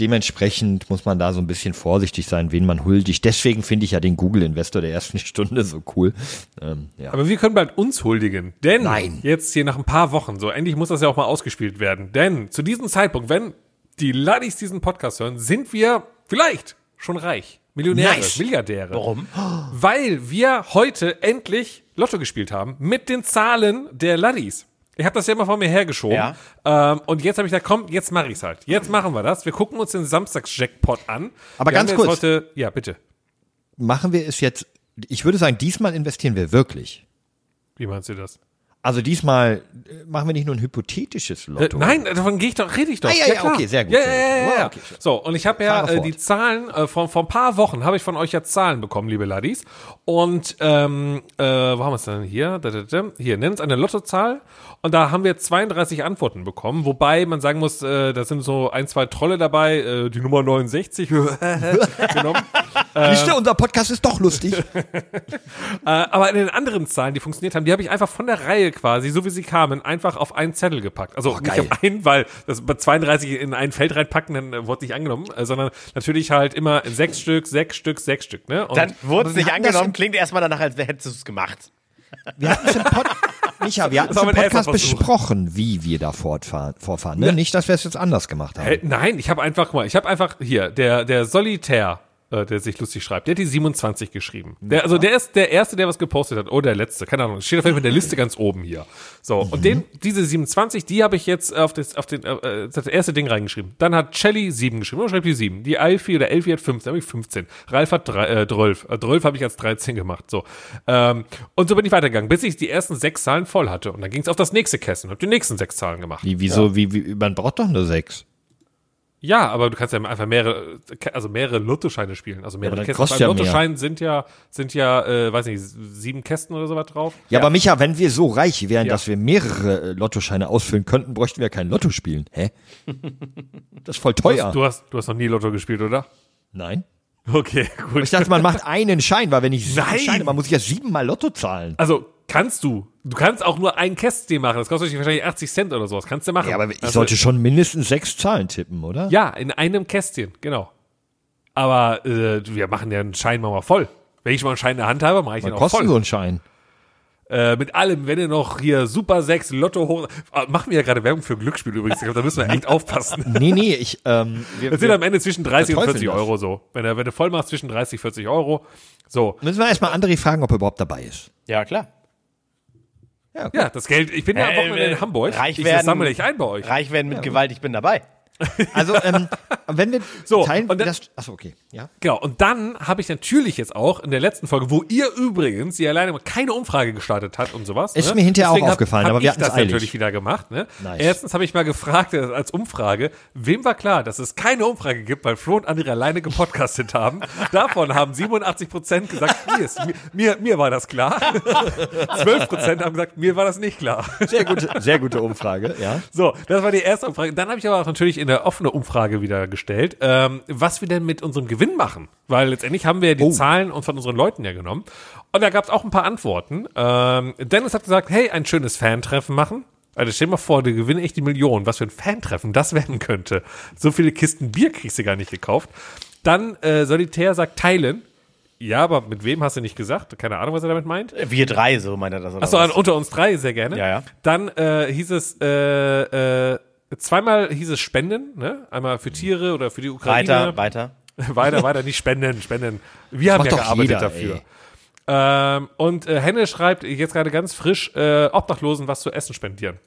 Dementsprechend muss man da so ein bisschen vorsichtig sein, wen man huldigt. Deswegen finde ich ja den Google-Investor der ersten Stunde so cool. Ähm, ja. Aber wir können bald uns huldigen. Denn Nein. jetzt hier nach ein paar Wochen, so endlich muss das ja auch mal ausgespielt werden. Denn zu diesem Zeitpunkt, wenn die Laddies diesen Podcast hören, sind wir vielleicht schon reich. Millionäre, Nice. Milliardäre. Warum? Weil wir heute endlich Lotto gespielt haben mit den Zahlen der Laddies. Ich habe das ja immer vor mir hergeschoben. Ja. Ähm, und jetzt habe ich gesagt, komm, jetzt mache ich's halt. Jetzt machen wir das. Wir gucken uns den Samstags-Jackpot an. Aber wir ganz haben jetzt kurz. Heute, ja, bitte. Machen wir es jetzt, ich würde sagen, diesmal investieren wir wirklich. Wie meinst du das? Also diesmal äh, machen wir nicht nur ein hypothetisches Äh, Lotto. Nein, davon gehe ich doch, rede ich doch. Ah, ja, ja, klar. okay, sehr gut, Ja, ja, sehr ja, gut. ja, ja. Wow, okay, schön. so, und ich habe ja Fahre äh, fort. die Zahlen, äh, vor, vor ein paar Wochen habe ich von euch ja Zahlen bekommen, liebe Laddies. Und ähm, äh, wo haben wir es denn hier? Da, da, da. Hier, nenn uns eine Lottozahl. Und da haben wir 32 Antworten bekommen, wobei man sagen muss, äh, da sind so ein, zwei Trolle dabei, äh, die Nummer 69 genommen. Siehst du, unser Podcast ist doch lustig. Äh, aber in den anderen Zahlen, die funktioniert haben, die habe ich einfach von der Reihe quasi, so wie sie kamen, einfach auf einen Zettel gepackt. Also nicht geil. auf einen, weil das bei 32 in ein Feld reinpacken, dann äh, wurde nicht angenommen, äh, sondern natürlich halt immer sechs Stück, sechs Stück, sechs Stück. Ne? Und Dann wurde es wir nicht hatten das angenommen, im- klingt erstmal danach, als hättest du es gemacht. Wir hatten es im, Pod Micha, wir hatten's Das war im mein elfter Podcast Versuch. besprochen, wie wir da fortfahren, vorfahren. Ne? Nicht, dass wir es jetzt anders gemacht haben. Äh, nein, ich habe einfach, guck mal, ich habe einfach hier, der, der Solitär äh, der sich lustig schreibt. Der hat die 27 geschrieben. Der, also der ist der Erste, der was gepostet hat. Oder der Letzte, keine Ahnung. Steht auf jeden Fall in der Liste ganz oben hier. So, und den, diese 27, die habe ich jetzt auf das, auf den, äh, das erste Ding reingeschrieben. Dann hat Chelly 7 geschrieben. Und schreibt die 7. Die Alfie oder Elfie hat 15, habe ich 15. Ralf hat 3, äh, 12. Äh, 12 habe ich als 13 gemacht. So. Ähm, und so bin ich weitergegangen, bis ich die ersten sechs Zahlen voll hatte. Und dann ging es auf das nächste Kästchen und habe die nächsten sechs Zahlen gemacht. Wie, wieso, wie, wie, man braucht doch nur sechs. Ja, aber du kannst ja einfach mehrere, also mehrere Lottoscheine spielen. Also mehrere aber dann Kästen. kostet Beim ja mehr. Lottoschein sind ja, sind ja, äh, weiß nicht, sieben Kästen oder sowas drauf. Ja, aber Micha, wenn wir so reich wären, Ja. dass wir mehrere äh, Lottoscheine ausfüllen könnten, bräuchten wir kein Lotto spielen. Hä? Das ist voll teuer. Also Du hast, du hast noch nie Lotto gespielt, oder? Nein. Okay, Ich gut. dachte, man macht einen Schein, weil wenn ich sieben Nein. Scheine, man muss ja siebenmal Lotto zahlen. Also, kannst du. Du kannst auch nur ein Kästchen machen. Das kostet dich wahrscheinlich 80 Cent oder sowas. Kannst du machen. Ja, aber ich Also- sollte schon mindestens sechs Zahlen tippen, oder? Ja, in einem Kästchen, genau. Aber äh, wir machen ja einen Schein mal, mal voll. Wenn ich schon mal einen Schein in der Hand habe, mache ich Was den auch kostet genau, voll. so ein Schein? Äh, mit allem, wenn ihr noch hier Super 6, Lotto hoch. Ah, machen wir ja gerade Werbung für Glücksspiel übrigens. Ich glaube, da müssen wir echt aufpassen. Nee, nee, ich, ähm, wir, Das sind am Ende zwischen 30 und Verteufeln 40 das. Euro so. Wenn du, wenn du voll machst, zwischen 30 40 Euro. So. müssen wir erstmal André fragen, ob er überhaupt dabei ist. Ja, klar. Ja, das Geld. Ich bin ja am Äh, Wochenende äh, in Hamburg. reich ich werden- das sammle ich ein bei euch. Reich werden mit Gewalt, ich bin dabei. Also, ähm, wenn wir So, teilen, und dann- das, achso, okay, ja. Genau, und dann habe ich natürlich jetzt auch in der letzten Folge, wo ihr übrigens, die alleine mal keine Umfrage gestartet hat und sowas. ne? Ist mir hinterher auch aufgefallen, hab aber wir ich hatten's das eilig. natürlich wieder gemacht. Ne? Nice. Erstens habe ich mal gefragt äh, als Umfrage, wem war klar, dass es keine Umfrage gibt, weil Flo und André alleine gepodcastet haben. Davon haben 87 Prozent gesagt, mir, ist, mir, mir, mir war das klar. 12 Prozent haben gesagt, mir war das nicht klar. Sehr gute, sehr gute Umfrage, ja. So, das war die erste Umfrage. Dann habe ich aber auch natürlich in der offenen Umfrage wieder gestellt, ähm, was wir denn mit unserem Gewinn machen. Weil letztendlich haben wir ja die Zahlen und von unseren Leuten ja genommen. Und da gab es auch ein paar Antworten. Ähm, Dennis hat gesagt, hey, ein schönes Fantreffen machen. Also stell dir mal vor, du gewinnst echt die Million. Was für ein Fantreffen das werden könnte. So viele Kisten Bier kriegst du gar nicht gekauft. Dann äh, Solitär sagt teilen. Ja, aber mit wem hast du nicht gesagt? Keine Ahnung, was er damit meint. Wir drei, so meint er das. oder Achso, was? an unter uns drei sehr gerne. Ja, ja. Dann äh, hieß es äh, äh, zweimal hieß es Spenden, ne? Einmal für Tiere oder für die Ukraine. weiter, weiter. weiter, weiter, nicht Spenden, Spenden. Wir haben macht ja doch gearbeitet jeder, dafür. ey. Ähm, und äh, Henne schreibt jetzt gerade ganz frisch äh, Obdachlosen was zu essen spendieren.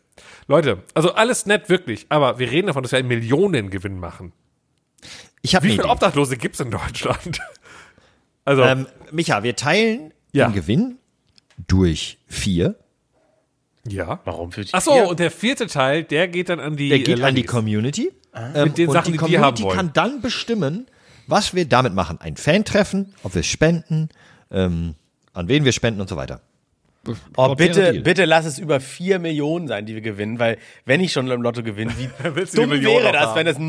Leute, also alles nett wirklich, aber wir reden davon, dass wir einen Millionengewinn machen. Ich habe Wie eine viele Idee. Obdachlose gibt's in Deutschland? Also Ähm, Micha, wir teilen Ja. den Gewinn durch vier. ja. Warum für die Ach so, vier? und der vierte Teil, der geht dann an die Der geht äh, an die Lannis. Community. Ähm, Mit den und Sachen, die die die Community haben wollen. kann dann bestimmen, was wir damit machen. Ein Fan-Treffen, ob wir spenden, ähm, an wen wir spenden und so weiter. Oh, Gott, fairer bitte, Deal. bitte lass es über 4 Millionen sein, die wir gewinnen, weil wenn ich schon im Lotto gewinne, wie willst du die dumm Million wäre auch das, haben. wenn es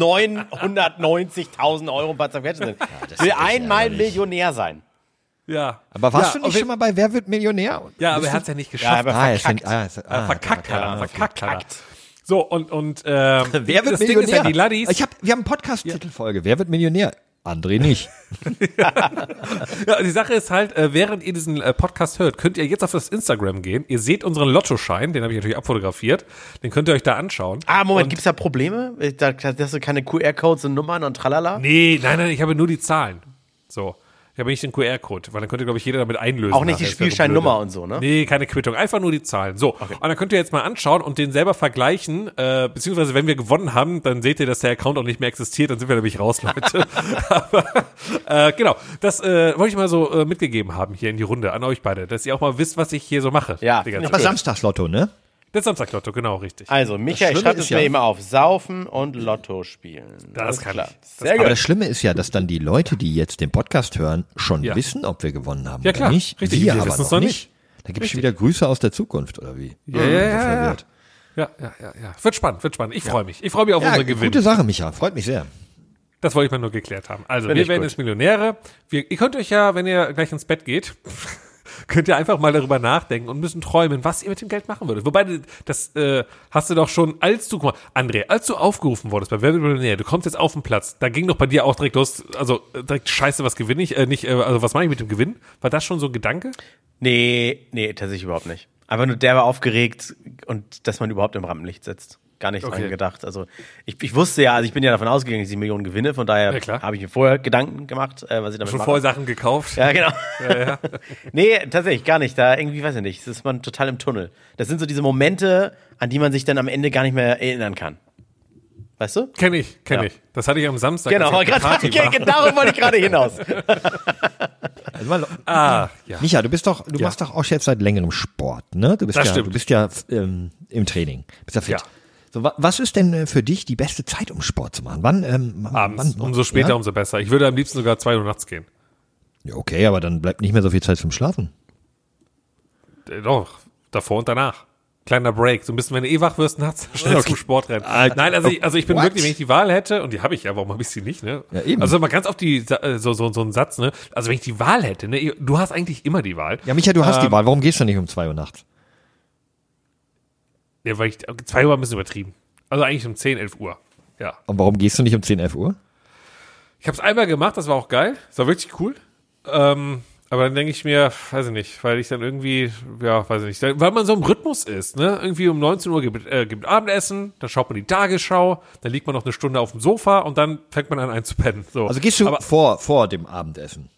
990.000 Euro bei Zerquetschen sind. Ich will ist echt einmal ärgerlich. Millionär sein. Ja. Aber warst ja, du nicht schon mal bei Wer wird Millionär? Ja, aber er hat es ja nicht Ja, geschafft. aber Ah, er ist verkackt. ein- ah, er ist- ah, äh, verkackt hat er, ja, verkackt hat er. verkackt. So, und, und ähm, Wer wird das Ding Millionär? ist ja, die Laddies, ich hab, wir haben Podcast-Titelfolge. Wer wird Millionär? André nicht. ja, die Sache ist halt, äh, während ihr diesen äh, Podcast hört, könnt ihr jetzt auf das Instagram gehen. Ihr seht unseren Lottoschein, den habe ich natürlich abfotografiert. Den könnt ihr euch da anschauen. Ah, Moment, gibt's da Probleme? Da da hast du keine QR-Codes und Nummern und tralala? Nee, nein, nein, ich habe nur die Zahlen. So. Ich habe nicht den QR-Code, weil dann könnte, glaube ich, jeder damit einlösen. Auch nicht die nachher. Das wäre so Spielscheinnummer blöde. und so, ne? Nee, keine Quittung, einfach nur die Zahlen. So, und dann könnt ihr jetzt mal anschauen und den selber vergleichen, äh, beziehungsweise wenn wir gewonnen haben, dann seht ihr, dass der Account auch nicht mehr existiert, dann sind wir nämlich raus, Leute. Aber, äh, genau, das äh, wollte ich mal so äh, mitgegeben haben hier in die Runde an euch beide, dass ihr auch mal wisst, was ich hier so mache. Ja, die ganze finde Aber ich Zeit. gut. Samstagslotto, ne? Das Samstaglotto, genau, richtig. Also, Michael, Schlimme schreibt ist es ja- mir eben auf. Saufen und Lotto spielen. Alles kann ich. Das Sehr Aber gut. das Schlimme ist ja, dass dann die Leute, die jetzt den Podcast hören, schon Ja. wissen, ob wir gewonnen haben Ja, oder klar. nicht. Richtig, wir wir aber wissen's noch noch nicht. Da gibt es wieder Grüße aus der Zukunft, oder wie? Also Ja, Ja, ja, ja, ja. Wird spannend, wird spannend. Ich freue mich. Ich freue mich auf ja unsere gute Gewinne. Sache, Micha. Freut mich sehr. Das wollte ich mal nur geklärt haben. Also, Finde wir ich werden gut. jetzt Millionäre. Wir, ihr könnt euch ja, wenn ihr gleich ins Bett geht, könnt ihr einfach mal darüber nachdenken und müssen träumen, was ihr mit dem Geld machen würdet. Wobei, das äh, hast du doch schon, als du, guck mal, André, als du aufgerufen wurdest bei Wer wird Millionär, du kommst jetzt auf den Platz, da ging doch bei dir auch direkt los, also äh, direkt scheiße, was gewinne ich, äh, nicht, äh, also was mache ich mit dem Gewinn? War das schon so ein Gedanke? Nee, nee, tatsächlich überhaupt nicht. Aber nur der war aufgeregt und dass man überhaupt im Rampenlicht sitzt. gar nicht Okay. dran gedacht. Also ich, ich wusste ja, also ich bin ja davon ausgegangen, dass ich Millionen gewinne, von daher Ja, klar. habe ich mir vorher Gedanken gemacht, äh, was ich damit Schon mache. vorher Sachen gekauft. Ja, genau. nee, tatsächlich gar nicht. Da irgendwie, weiß ich nicht, das ist man total im Tunnel. Das sind so diese Momente, an die man sich dann am Ende gar nicht mehr erinnern kann. Weißt du? Kenn ich, kenn Ja. ich. Das hatte ich am Samstag. Genau, als ich auf der grad, Party war. okay, darauf wollte ich gerade hinaus. Also mal, Ah, ja. Micha, du bist doch, du Ja. machst doch auch jetzt seit längerem Sport, ne? Du bist Das ja, stimmt. du bist ja ähm, im Training, bist ja fit. Ja. So, wa was ist denn äh, für dich die beste Zeit, um Sport zu machen? Wann? Ähm, Abends. Wann, Umso später, Ja? umso besser. Ich würde am liebsten sogar 2 Uhr nachts gehen. Ja, okay, aber dann bleibt nicht mehr so viel Zeit zum Schlafen. Äh, Doch, davor und danach. Kleiner Break. So ein bisschen, wenn du eh wach wirst, nachts schnell zum Sport rennen. Alter. Nein, also ich, also ich bin Ah, What? wirklich, wenn ich die Wahl hätte, und die habe ich ja, warum habe ich sie nicht, ne? Ja, eben. Also mal ganz auf die, Sa- äh, so, so, so einen Satz, ne? Also wenn ich die Wahl hätte, ne? Du hast eigentlich immer die Wahl. Ja, Micha, du hast Ähm. die Wahl. Warum gehst du nicht um zwei Uhr nachts? Ja, weil ich, äh, zwei Uhr war ein bisschen übertrieben. Also eigentlich um 10, 11 Uhr. Ja. Und warum gehst du nicht um 10, 11 Uhr? Ich habe es einmal gemacht, das war auch geil. Das war wirklich cool. Ähm, aber dann denke ich mir, weiß ich nicht, weil ich dann irgendwie, ja, weiß ich nicht, dann- weil man so im Rhythmus ist, ne? Irgendwie um 19 Uhr gibt, äh, gibt Abendessen, dann schaut man die Tagesschau, dann liegt man noch eine Stunde auf dem Sofa und dann fängt man an einzupennen. So. Also gehst du Aber, vor, vor dem Abendessen.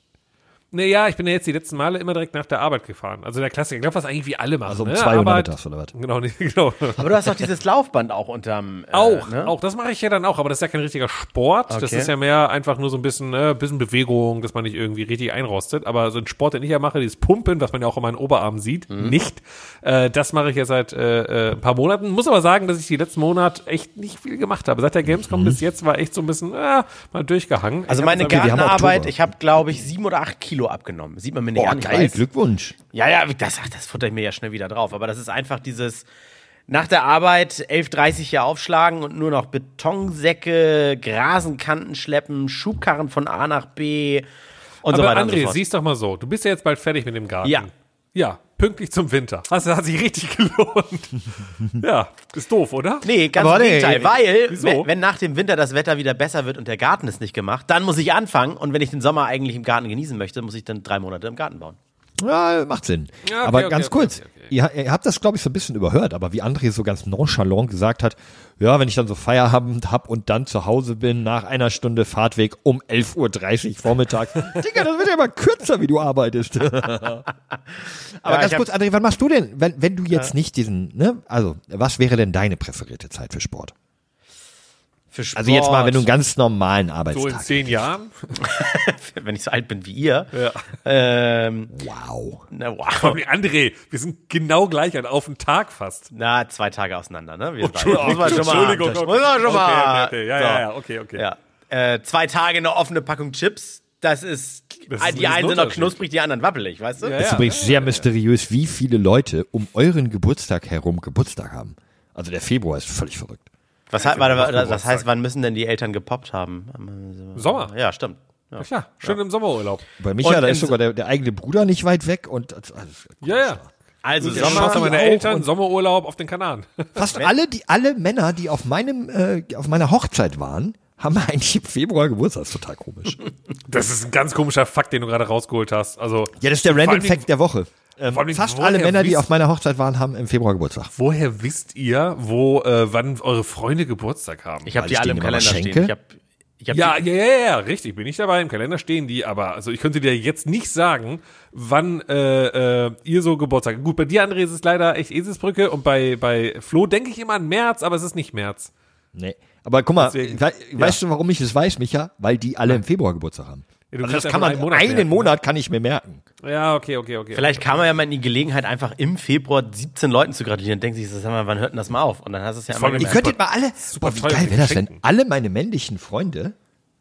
ne, ja, ich bin ja jetzt die letzten Male immer direkt nach der Arbeit gefahren. Also der Klassiker, ich glaube, was eigentlich wie alle machen. Also um ne? 2 Uhr Arbeit- nachmittags oder was? Genau, nicht, genau. Aber du hast doch dieses Laufband auch unterm. Äh, Auch, ne? auch, das mache ich ja dann auch, aber das ist ja kein richtiger Sport. Das Okay. ist ja mehr einfach nur so ein bisschen, äh, bisschen Bewegung, dass man nicht irgendwie richtig einrostet. Aber so ein Sport, den ich ja mache, dieses Pumpen, was man ja auch in meinen Oberarmen sieht, Mhm. nicht. Äh, das mache ich ja seit äh, äh, ein paar Monaten. Muss aber sagen, dass ich die letzten Monat echt nicht viel gemacht habe. Seit der Gamescom bis jetzt war echt so ein bisschen äh, mal durchgehangen. Mhm. Also Ich meine hab jetzt wir haben Gartenarbeit, Oktober. ich habe, glaube ich, sieben oder acht Kilo abgenommen. Sieht man mir nicht Boah, an. ich geil, weiß. Glückwunsch. Ja, ja, das, ach, das futter ich mir ja schnell wieder drauf. Aber das ist einfach dieses nach der Arbeit 11.30 hier aufschlagen und nur noch Betonsäcke, Grasenkanten schleppen, Schubkarren von A nach B und so aber weiter und so André, fort. siehst doch mal so, du bist ja jetzt bald fertig mit dem Garten. Ja. Ja, pünktlich zum Winter. Das hat sich richtig gelohnt. ja, ist doof, oder? Nee, ganz Aber im nee, Gegenteil, nee. weil Wieso? wenn- wenn nach dem Winter das Wetter wieder besser wird und der Garten ist nicht gemacht, dann muss ich anfangen und wenn ich den Sommer eigentlich im Garten genießen möchte, muss ich dann drei Monate im Garten bauen. Ja, macht Sinn. Ja, okay, aber okay, ganz okay, kurz, okay, okay. Ihr, ihr habt das, glaube ich, so ein bisschen überhört, aber wie André so ganz nonchalant gesagt hat, ja, wenn ich dann so Feierabend hab und dann zu Hause bin, nach einer Stunde Fahrtweg um 11.30 Uhr vormittags. Digga, das wird ja mal kürzer, wie du arbeitest. aber ich ganz hab- kurz, André, wann machst du denn, wenn, wenn du jetzt nicht diesen, ne, also, was wäre denn deine präferierte Zeit für Sport? Für Sport, Also jetzt mal, wenn du einen ganz normalen Arbeitstag So in hast. zehn Jahren? wenn ich so alt bin wie ihr. Ja. Ähm, Wow. na, wow. Aber André, wir sind genau gleich an auf den Tag fast. Na, zwei Tage auseinander, ne? Wir beide. Entschuldigung, Muss man schon mal- Entschuldigung, okay. Muss man schon mal. Okay, okay, okay. Ja, So. ja, ja, okay, okay. Ja. Äh, zwei Tage eine offene Packung Chips, das ist. Das ist ein die einen sind noch Riesenunterschied. knusprig, die anderen wappelig, weißt du? Ja, Das ist ja. übrigens sehr mysteriös, wie viele Leute um euren Geburtstag herum Geburtstag haben. Also der Februar ist völlig verrückt. Was, he- warte, warte, das Geburtstag. heißt, wann müssen denn die Eltern gepoppt haben? Sommer. Ja, stimmt. Ja. Ja, klar, schön im Sommerurlaub. Bei Micha, Und da im ist sogar der, der eigene Bruder nicht weit weg und also, Ja, ja. Also Ich Sommer Oh, Sommer. meine auch Eltern, und- Sommerurlaub auf den Kanaren. fast alle, die, alle Männer, die auf meinem, äh, auf meiner Hochzeit waren, haben eigentlich im Februar Geburtstag. Das ist total komisch. Das ist ein ganz komischer Fakt, den du gerade rausgeholt hast. Also, ja, das ist der Vor Random allen Dingen- Fact der Woche. Ähm, vor allen Dingen, fast woher alle Männer, die wisst- auf meiner Hochzeit waren, haben im Februar Geburtstag. woher wisst ihr, wo, äh, wann eure Freunde Geburtstag haben? Ich habe Weil die ich alle denen im immer Kalender schenke? stehen. Ich hab, ich hab ja, die, ja, ja, ja, richtig, bin ich dabei. Im Kalender stehen die, aber also ich könnte dir jetzt nicht sagen, wann äh, äh, ihr so Geburtstag. Gut, bei dir, André, ist es leider echt Eselsbrücke und bei, bei Flo denke ich immer an März, aber es ist nicht März. Nee. Aber guck mal, Deswegen, wei- weißt du, warum ich das weiß, Micha? Weil die alle im Februar Geburtstag haben. Ja, du also kannst das ja kann nur man, einen Monat einen Monat, merken, kann ich mir merken. Ja, okay, okay, okay. Vielleicht kam man ja mal in die Gelegenheit, einfach im Februar 17 Leuten zu gratulieren und denkt sich, sag mal, wann hört denn das mal auf? Und dann hast du es ja war einmal mir Ich gemerkt. könnte jetzt mal alle, super boah, wie teuer geil mit wäre das denn? Geschenken. Alle meine männlichen Freunde,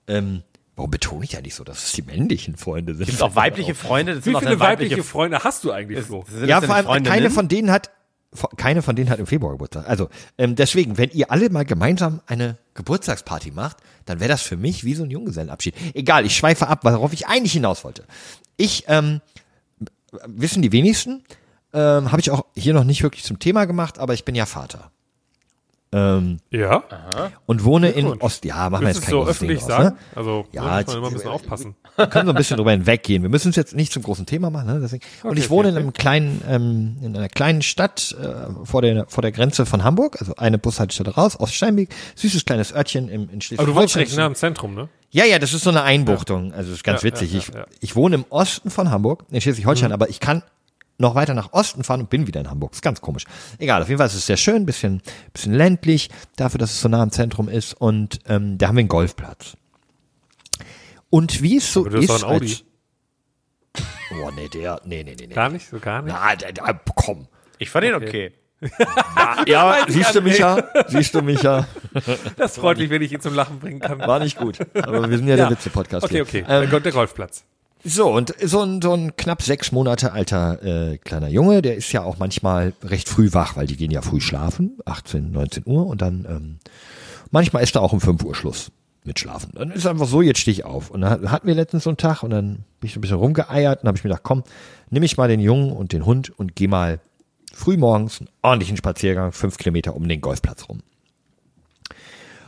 ähm, warum betone ich ja nicht so, dass es die männlichen Freunde sind? Gibt's auch weibliche Freunde? Das Wie sind auch viele dann weibliche, weibliche Freunde hast du eigentlich, Flo? Sind das Ja, denn vor allem, Freundinnen? keine von denen hat, von- keine von denen hat im Februar Geburtstag. Also, ähm, deswegen, wenn ihr alle mal gemeinsam eine Geburtstagsparty macht, dann wäre das für mich wie so ein Junggesellenabschied. Egal, ich schweife ab, worauf ich eigentlich hinaus wollte. Ich, ähm, wissen die wenigsten, ähm, habe ich auch hier noch nicht wirklich zum Thema gemacht, aber ich bin ja Vater. ähm, Ja. und wohne in Ost. Ja, machen wir Willst du es jetzt kein so großes Ding öffentlich draus, sagen? Ne? Also, Ja, da muss jetzt- man immer ein bisschen aufpassen. Wir können so ein bisschen drüber hinweggehen. Wir müssen es jetzt nicht zum großen Thema machen. Ne? Deswegen. und ich wohne in einem kleinen, ähm, in einer kleinen Stadt äh, vor der vor der Grenze von Hamburg, also eine Bushaltestelle raus aus Steinbeek. Süßes kleines Örtchen im, in Aber du Schleswig-Holstein. wohnst direkt nah am Zentrum, ne? Ja, ja, das ist so eine Einbuchtung. Also das ist ganz Ja, witzig. ja, Mhm. ja, ja. Ich, ich wohne im Osten von Hamburg, in Schleswig-Holstein, aber ich kann noch weiter nach Osten fahren und bin wieder in Hamburg. Ist ganz komisch. Egal, auf jeden Fall ist es sehr schön, bisschen, bisschen ländlich, dafür, dass es so nah am Zentrum ist. Und ähm, da haben wir einen Golfplatz. Und wie es so Aber du hast ist. doch einen Audi. Als, oh, nee, der, nee, nee, nee, nee. Gar nicht, so gar nicht. Na, der, der, komm. Ich fand ihn okay. Ah, Ja, siehst du, Micha? Siehst du, Micha? Das freut mich, wenn ich ihn zum Lachen bringen kann. War nicht gut. Aber wir sind ja, der Witze-Podcast Okay, hier. okay. Ähm, Dann kommt der Golfplatz. So, und so ein, so ein knapp sechs Monate alter äh, kleiner Junge, der ist ja auch manchmal recht früh wach, weil die gehen ja früh schlafen, 18, 19 Uhr und dann ähm, manchmal ist da auch um 5 Uhr Schluss mit Schlafen. Dann ist einfach so, jetzt stehe ich auf. Und dann hatten wir letztens so einen Tag und dann bin ich so ein bisschen rumgeeiert und habe ich mir gedacht, komm, nimm ich mal den Jungen und den Hund und geh mal früh morgens einen ordentlichen Spaziergang, fünf Kilometer um den Golfplatz rum.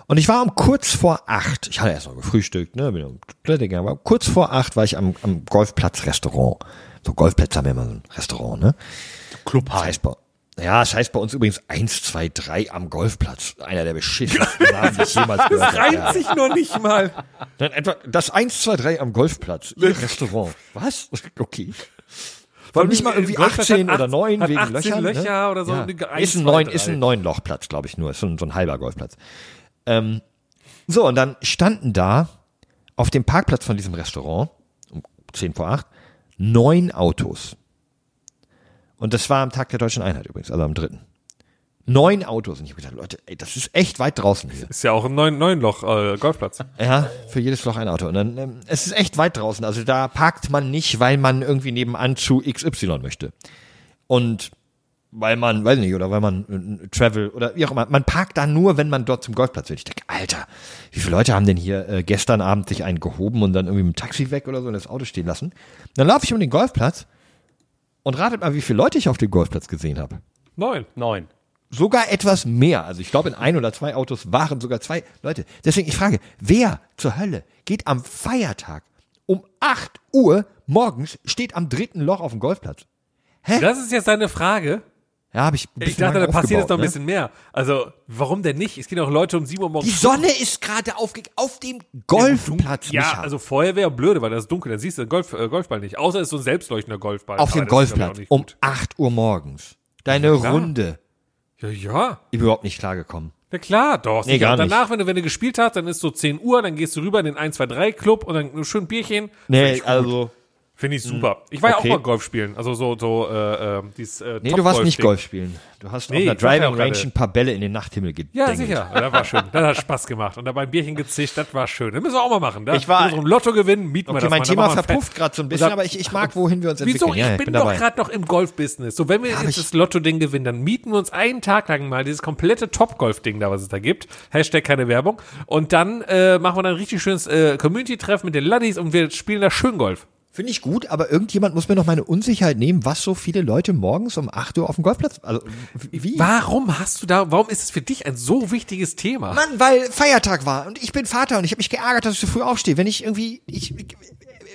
Und ich war um kurz vor acht, ich hatte erst noch gefrühstückt, ne, bin um die Toilette gegangen, aber kurz vor acht war ich am, am Golfplatz-Restaurant. So Golfplätze haben ja immer so ein Restaurant, ne? Das heißt bei, ja, das heißt bei uns übrigens eins, zwei, drei am Golfplatz. Einer der beschissensten Namen, die ich jemals gehört habe. Ja. Reimt sich nur nicht mal. Dann etwa das 1, 2, 3 am Golfplatz, im Restaurant. Was? Okay. War nicht mal irgendwie Golfplatz hat 18 oder acht- 9 hat wegen 18 Löchern. Löcher ne? oder so, Ja. die- Ist, eins, ein zwei, neun, drei. ist ein Neunlochplatz, glaube ich nur. Ist so ein, so ein halber Golfplatz. Ähm, so, und dann standen da auf dem Parkplatz von diesem Restaurant, um 10 vor 8, neun Autos. Und das war am Tag der Deutschen Einheit übrigens, also am dritten. Neun Autos. Und ich habe gedacht, Leute, ey, das ist echt weit draußen hier. Ist ja auch ein neun, neun Loch äh, Golfplatz. Ja, für jedes Loch ein Auto. Und dann, ähm, es ist echt weit draußen. Also da parkt man nicht, weil man irgendwie nebenan zu XY möchte. Und weil man, weiß nicht, oder weil man äh, Travel oder wie auch immer, man parkt da nur, wenn man dort zum Golfplatz will. Ich denke, Alter, wie viele Leute haben denn hier äh, gestern Abend sich einen gehoben und dann irgendwie mit dem Taxi weg oder so und das Auto stehen lassen? Und dann laufe ich um den Golfplatz und ratet mal, wie viele Leute ich auf dem Golfplatz gesehen habe Neun. Neun. sogar etwas mehr. Also ich glaube, in ein oder zwei Autos waren sogar zwei Leute. Deswegen, ich frage, wer zur Hölle geht am Feiertag um 8 Uhr morgens, steht am dritten Loch auf dem Golfplatz? Das ist jetzt deine Frage. Ja, habe ich ein Ich bisschen dachte, da lange passiert jetzt noch aufgebaut, ein ne? bisschen mehr. Also, warum denn nicht? Es gehen auch Leute um 7 Uhr Die morgens. Sonne ist gerade aufgegangen auf dem Golfplatz, Ja, Micha. also vorher wäre blöde, weil das ist dunkel, dann siehst du den Golf, äh, Golfball nicht. Außer es ist so ein selbstleuchtender Golfball. auf Aber dem das ist, glaub ich, auch Golfplatz nicht um gut. 8 Uhr morgens. Deine Runde. Ja, ja. Überhaupt nicht klargekommen. Na klar, doch. Nee, sicher. gar Und danach, nicht. wenn du, wenn du gespielt hast, dann ist so 10 Uhr, dann gehst du rüber in den 1, 2, 3 Club und dann schön Bierchen. Finde Nee, ich, also. find ich super. Ich war Okay. ja auch mal Golf spielen. Also so, so, äh, äh, dieses, äh, Nee, du warst nicht Topgolf-Ding. Golf spielen. Du hast Nee, auf einer ich sag ja Driving auch Range gerade. ein paar Bälle in den Nachthimmel gedengelt. Ja, sicher. Ja, das war schön. Das hat Spaß gemacht. Und dabei ein Bierchen gezischt, das war schön. Das müssen wir auch mal machen. Da Ich war- Wenn wir so ein Lotto gewinnen, mieten wir Okay, das mein mal. Thema Dann machen wir ein verpufft Fest. gerade so ein Und bisschen, dann- aber ich, ich mag, wohin wir uns entwickeln. Wieso? Ich ja, bin, doch gerade noch im Golf-Business. So, wenn wir aber jetzt ich- das Lotto-Ding gewinnen, dann mieten wir uns einen Tag lang mal dieses komplette Top-Golf-Ding da, was es da gibt. Hashtag keine Werbung. Und dann äh, machen wir dann ein richtig schönes äh, Community-Treff mit den Laddies und wir spielen da schön Golf. Finde ich gut, aber irgendjemand muss mir noch meine Unsicherheit nehmen, was so viele Leute morgens um 8 Uhr auf dem Golfplatz. Also, wie? Warum hast du da, warum ist es für dich ein so wichtiges Thema? Mann, weil Feiertag war und ich bin Vater und ich habe mich geärgert, dass ich so früh aufstehe. Wenn ich irgendwie, ich,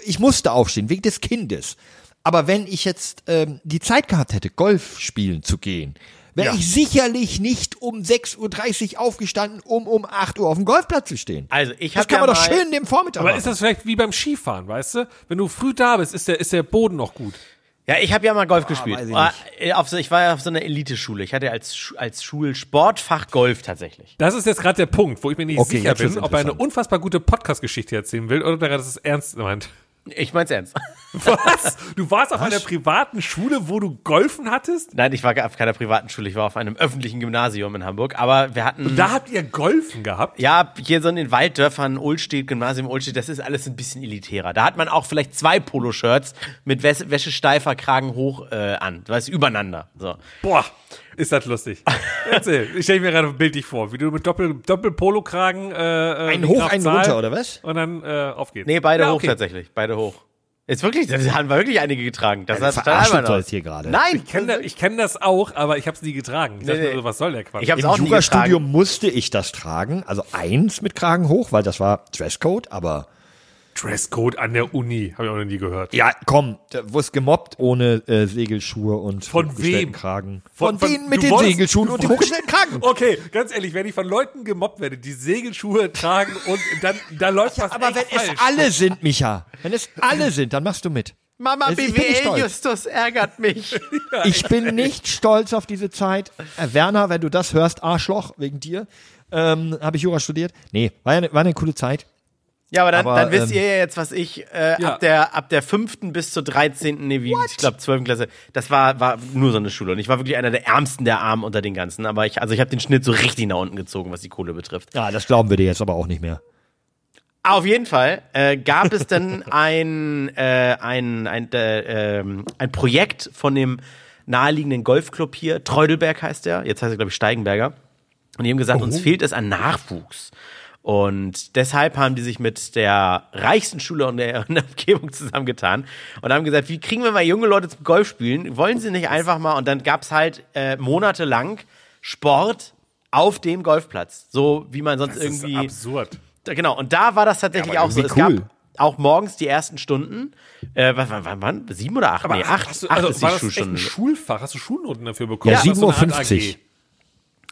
ich musste aufstehen wegen des Kindes. Aber wenn ich jetzt ähm, die Zeit gehabt hätte, Golf spielen zu gehen, wäre ich sicherlich nicht um 6.30 Uhr aufgestanden, um um 8 Uhr auf dem Golfplatz zu stehen. Also, ich das hab kann ja man doch mal- schön dem Vormittag Aber machen. ist das vielleicht wie beim Skifahren, weißt du? Wenn du früh da bist, ist der, ist der Boden noch gut. Ja, ich habe ja mal Golf gespielt. weiß ich Ah, äh, auf so, ich war ja auf so einer Eliteschule. Ich hatte als, Schu- als Schulsportfach Golf tatsächlich. Das ist jetzt gerade der Punkt, wo ich mir nicht Okay, sicher jetzt wird's bin, ob er eine interessant. unfassbar gute Podcast-Geschichte erzählen will oder ob er das ernst meint. Ich mein's ernst. Was? Du warst auf einer privaten Schule, wo du golfen hattest? Nein, ich war auf keiner privaten Schule. Ich war auf einem öffentlichen Gymnasium in Hamburg. Aber wir hatten. Da habt ihr golfen gehabt? Ja, hier so in den Walddörfern, Ulstedt, Gymnasium Ulstedt, das ist alles ein bisschen elitärer. Da hat man auch vielleicht zwei Poloshirts mit Wäsche, Wäsche steifer, Kragen hoch äh, an. Weißt, du, übereinander. So. Boah, ist das lustig. Erzähl, ich stelle mir gerade bildlich vor, wie du mit Doppel, Doppel-Polo-Kragen äh, äh, Einen die hoch, Kraft einen Saal runter, oder was? Und dann äh, auf geht's. Nee, beide Ja, hoch okay. tatsächlich. Beide hoch. Ist wirklich, das haben wir wirklich einige getragen. Das hat verarscht total uns noch. jetzt hier gerade. Nein, Ich kenne das, ich kenn das auch, aber ich habe es nie getragen. Ich dachte Nee, mir so, was soll der Quatsch? Ich hab's Im auch nie Yoga-Studio getragen. musste ich das tragen, also eins mit Kragen hoch, weil das war Dresscode, aber Dresscode an der Uni, habe ich auch noch nie gehört. ja, komm, da wurde gemobbt ohne äh, Segelschuhe und Von hochgestellten wem? Kragen. Von- Von, von- denen mit du den wolltest- Segelschuhen du- und dem hochgestellten Kragen. Okay, ganz ehrlich, wenn ich von Leuten gemobbt werde, die Segelschuhe tragen und dann, dann läuft was Aber echt wenn es falsch. alle sind, Micha, wenn es alle sind, dann machst du mit. Mama Ich bin nicht stolz. BWL-Justus ärgert mich. Ich bin nicht stolz auf diese Zeit. Äh, Werner, wenn du das hörst, Arschloch, wegen dir, ähm, habe ich Jura studiert. Nee, war, ja eine- war eine coole Zeit. Ja, aber dann, Aber, dann wisst ähm, ihr ja jetzt, was ich äh, Ja. ab der ab der fünften bis zur 13. Nee, wie, ich glaube 12. Klasse. Das war war nur so eine Schule und ich war wirklich einer der ärmsten der Armen unter den ganzen, aber ich also ich habe den Schnitt so richtig nach unten gezogen, was die Kohle betrifft. Ja, das glauben wir dir jetzt aber auch nicht mehr. Auf jeden Fall äh, gab es dann ein, äh, ein, ein, äh, ähm, ein Projekt von dem naheliegenden Golfclub hier, Treudelberg heißt der, jetzt heißt er, glaube ich, Steigenberger. Und die haben gesagt, Oh. uns fehlt es an Nachwuchs. Und deshalb haben die sich mit der reichsten Schule in der, in der Umgebung zusammengetan und haben gesagt, wie kriegen wir mal junge Leute zum Golf spielen? Wollen sie nicht einfach mal? Und dann gab es halt äh, monatelang Sport auf dem Golfplatz. So wie man sonst Das ist irgendwie. absurd. Da- Genau, und da war das tatsächlich Ja, aber auch so. irgendwie Es cool. gab auch morgens die ersten Stunden. Äh, wann, wann, wann, wann? Sieben oder acht? nee, acht, hast du, acht also, ist war die das echt ein Schulstunde. Schulfach? Hast du Schulnoten dafür bekommen? Ja, War das so eine Art 7,50. AG?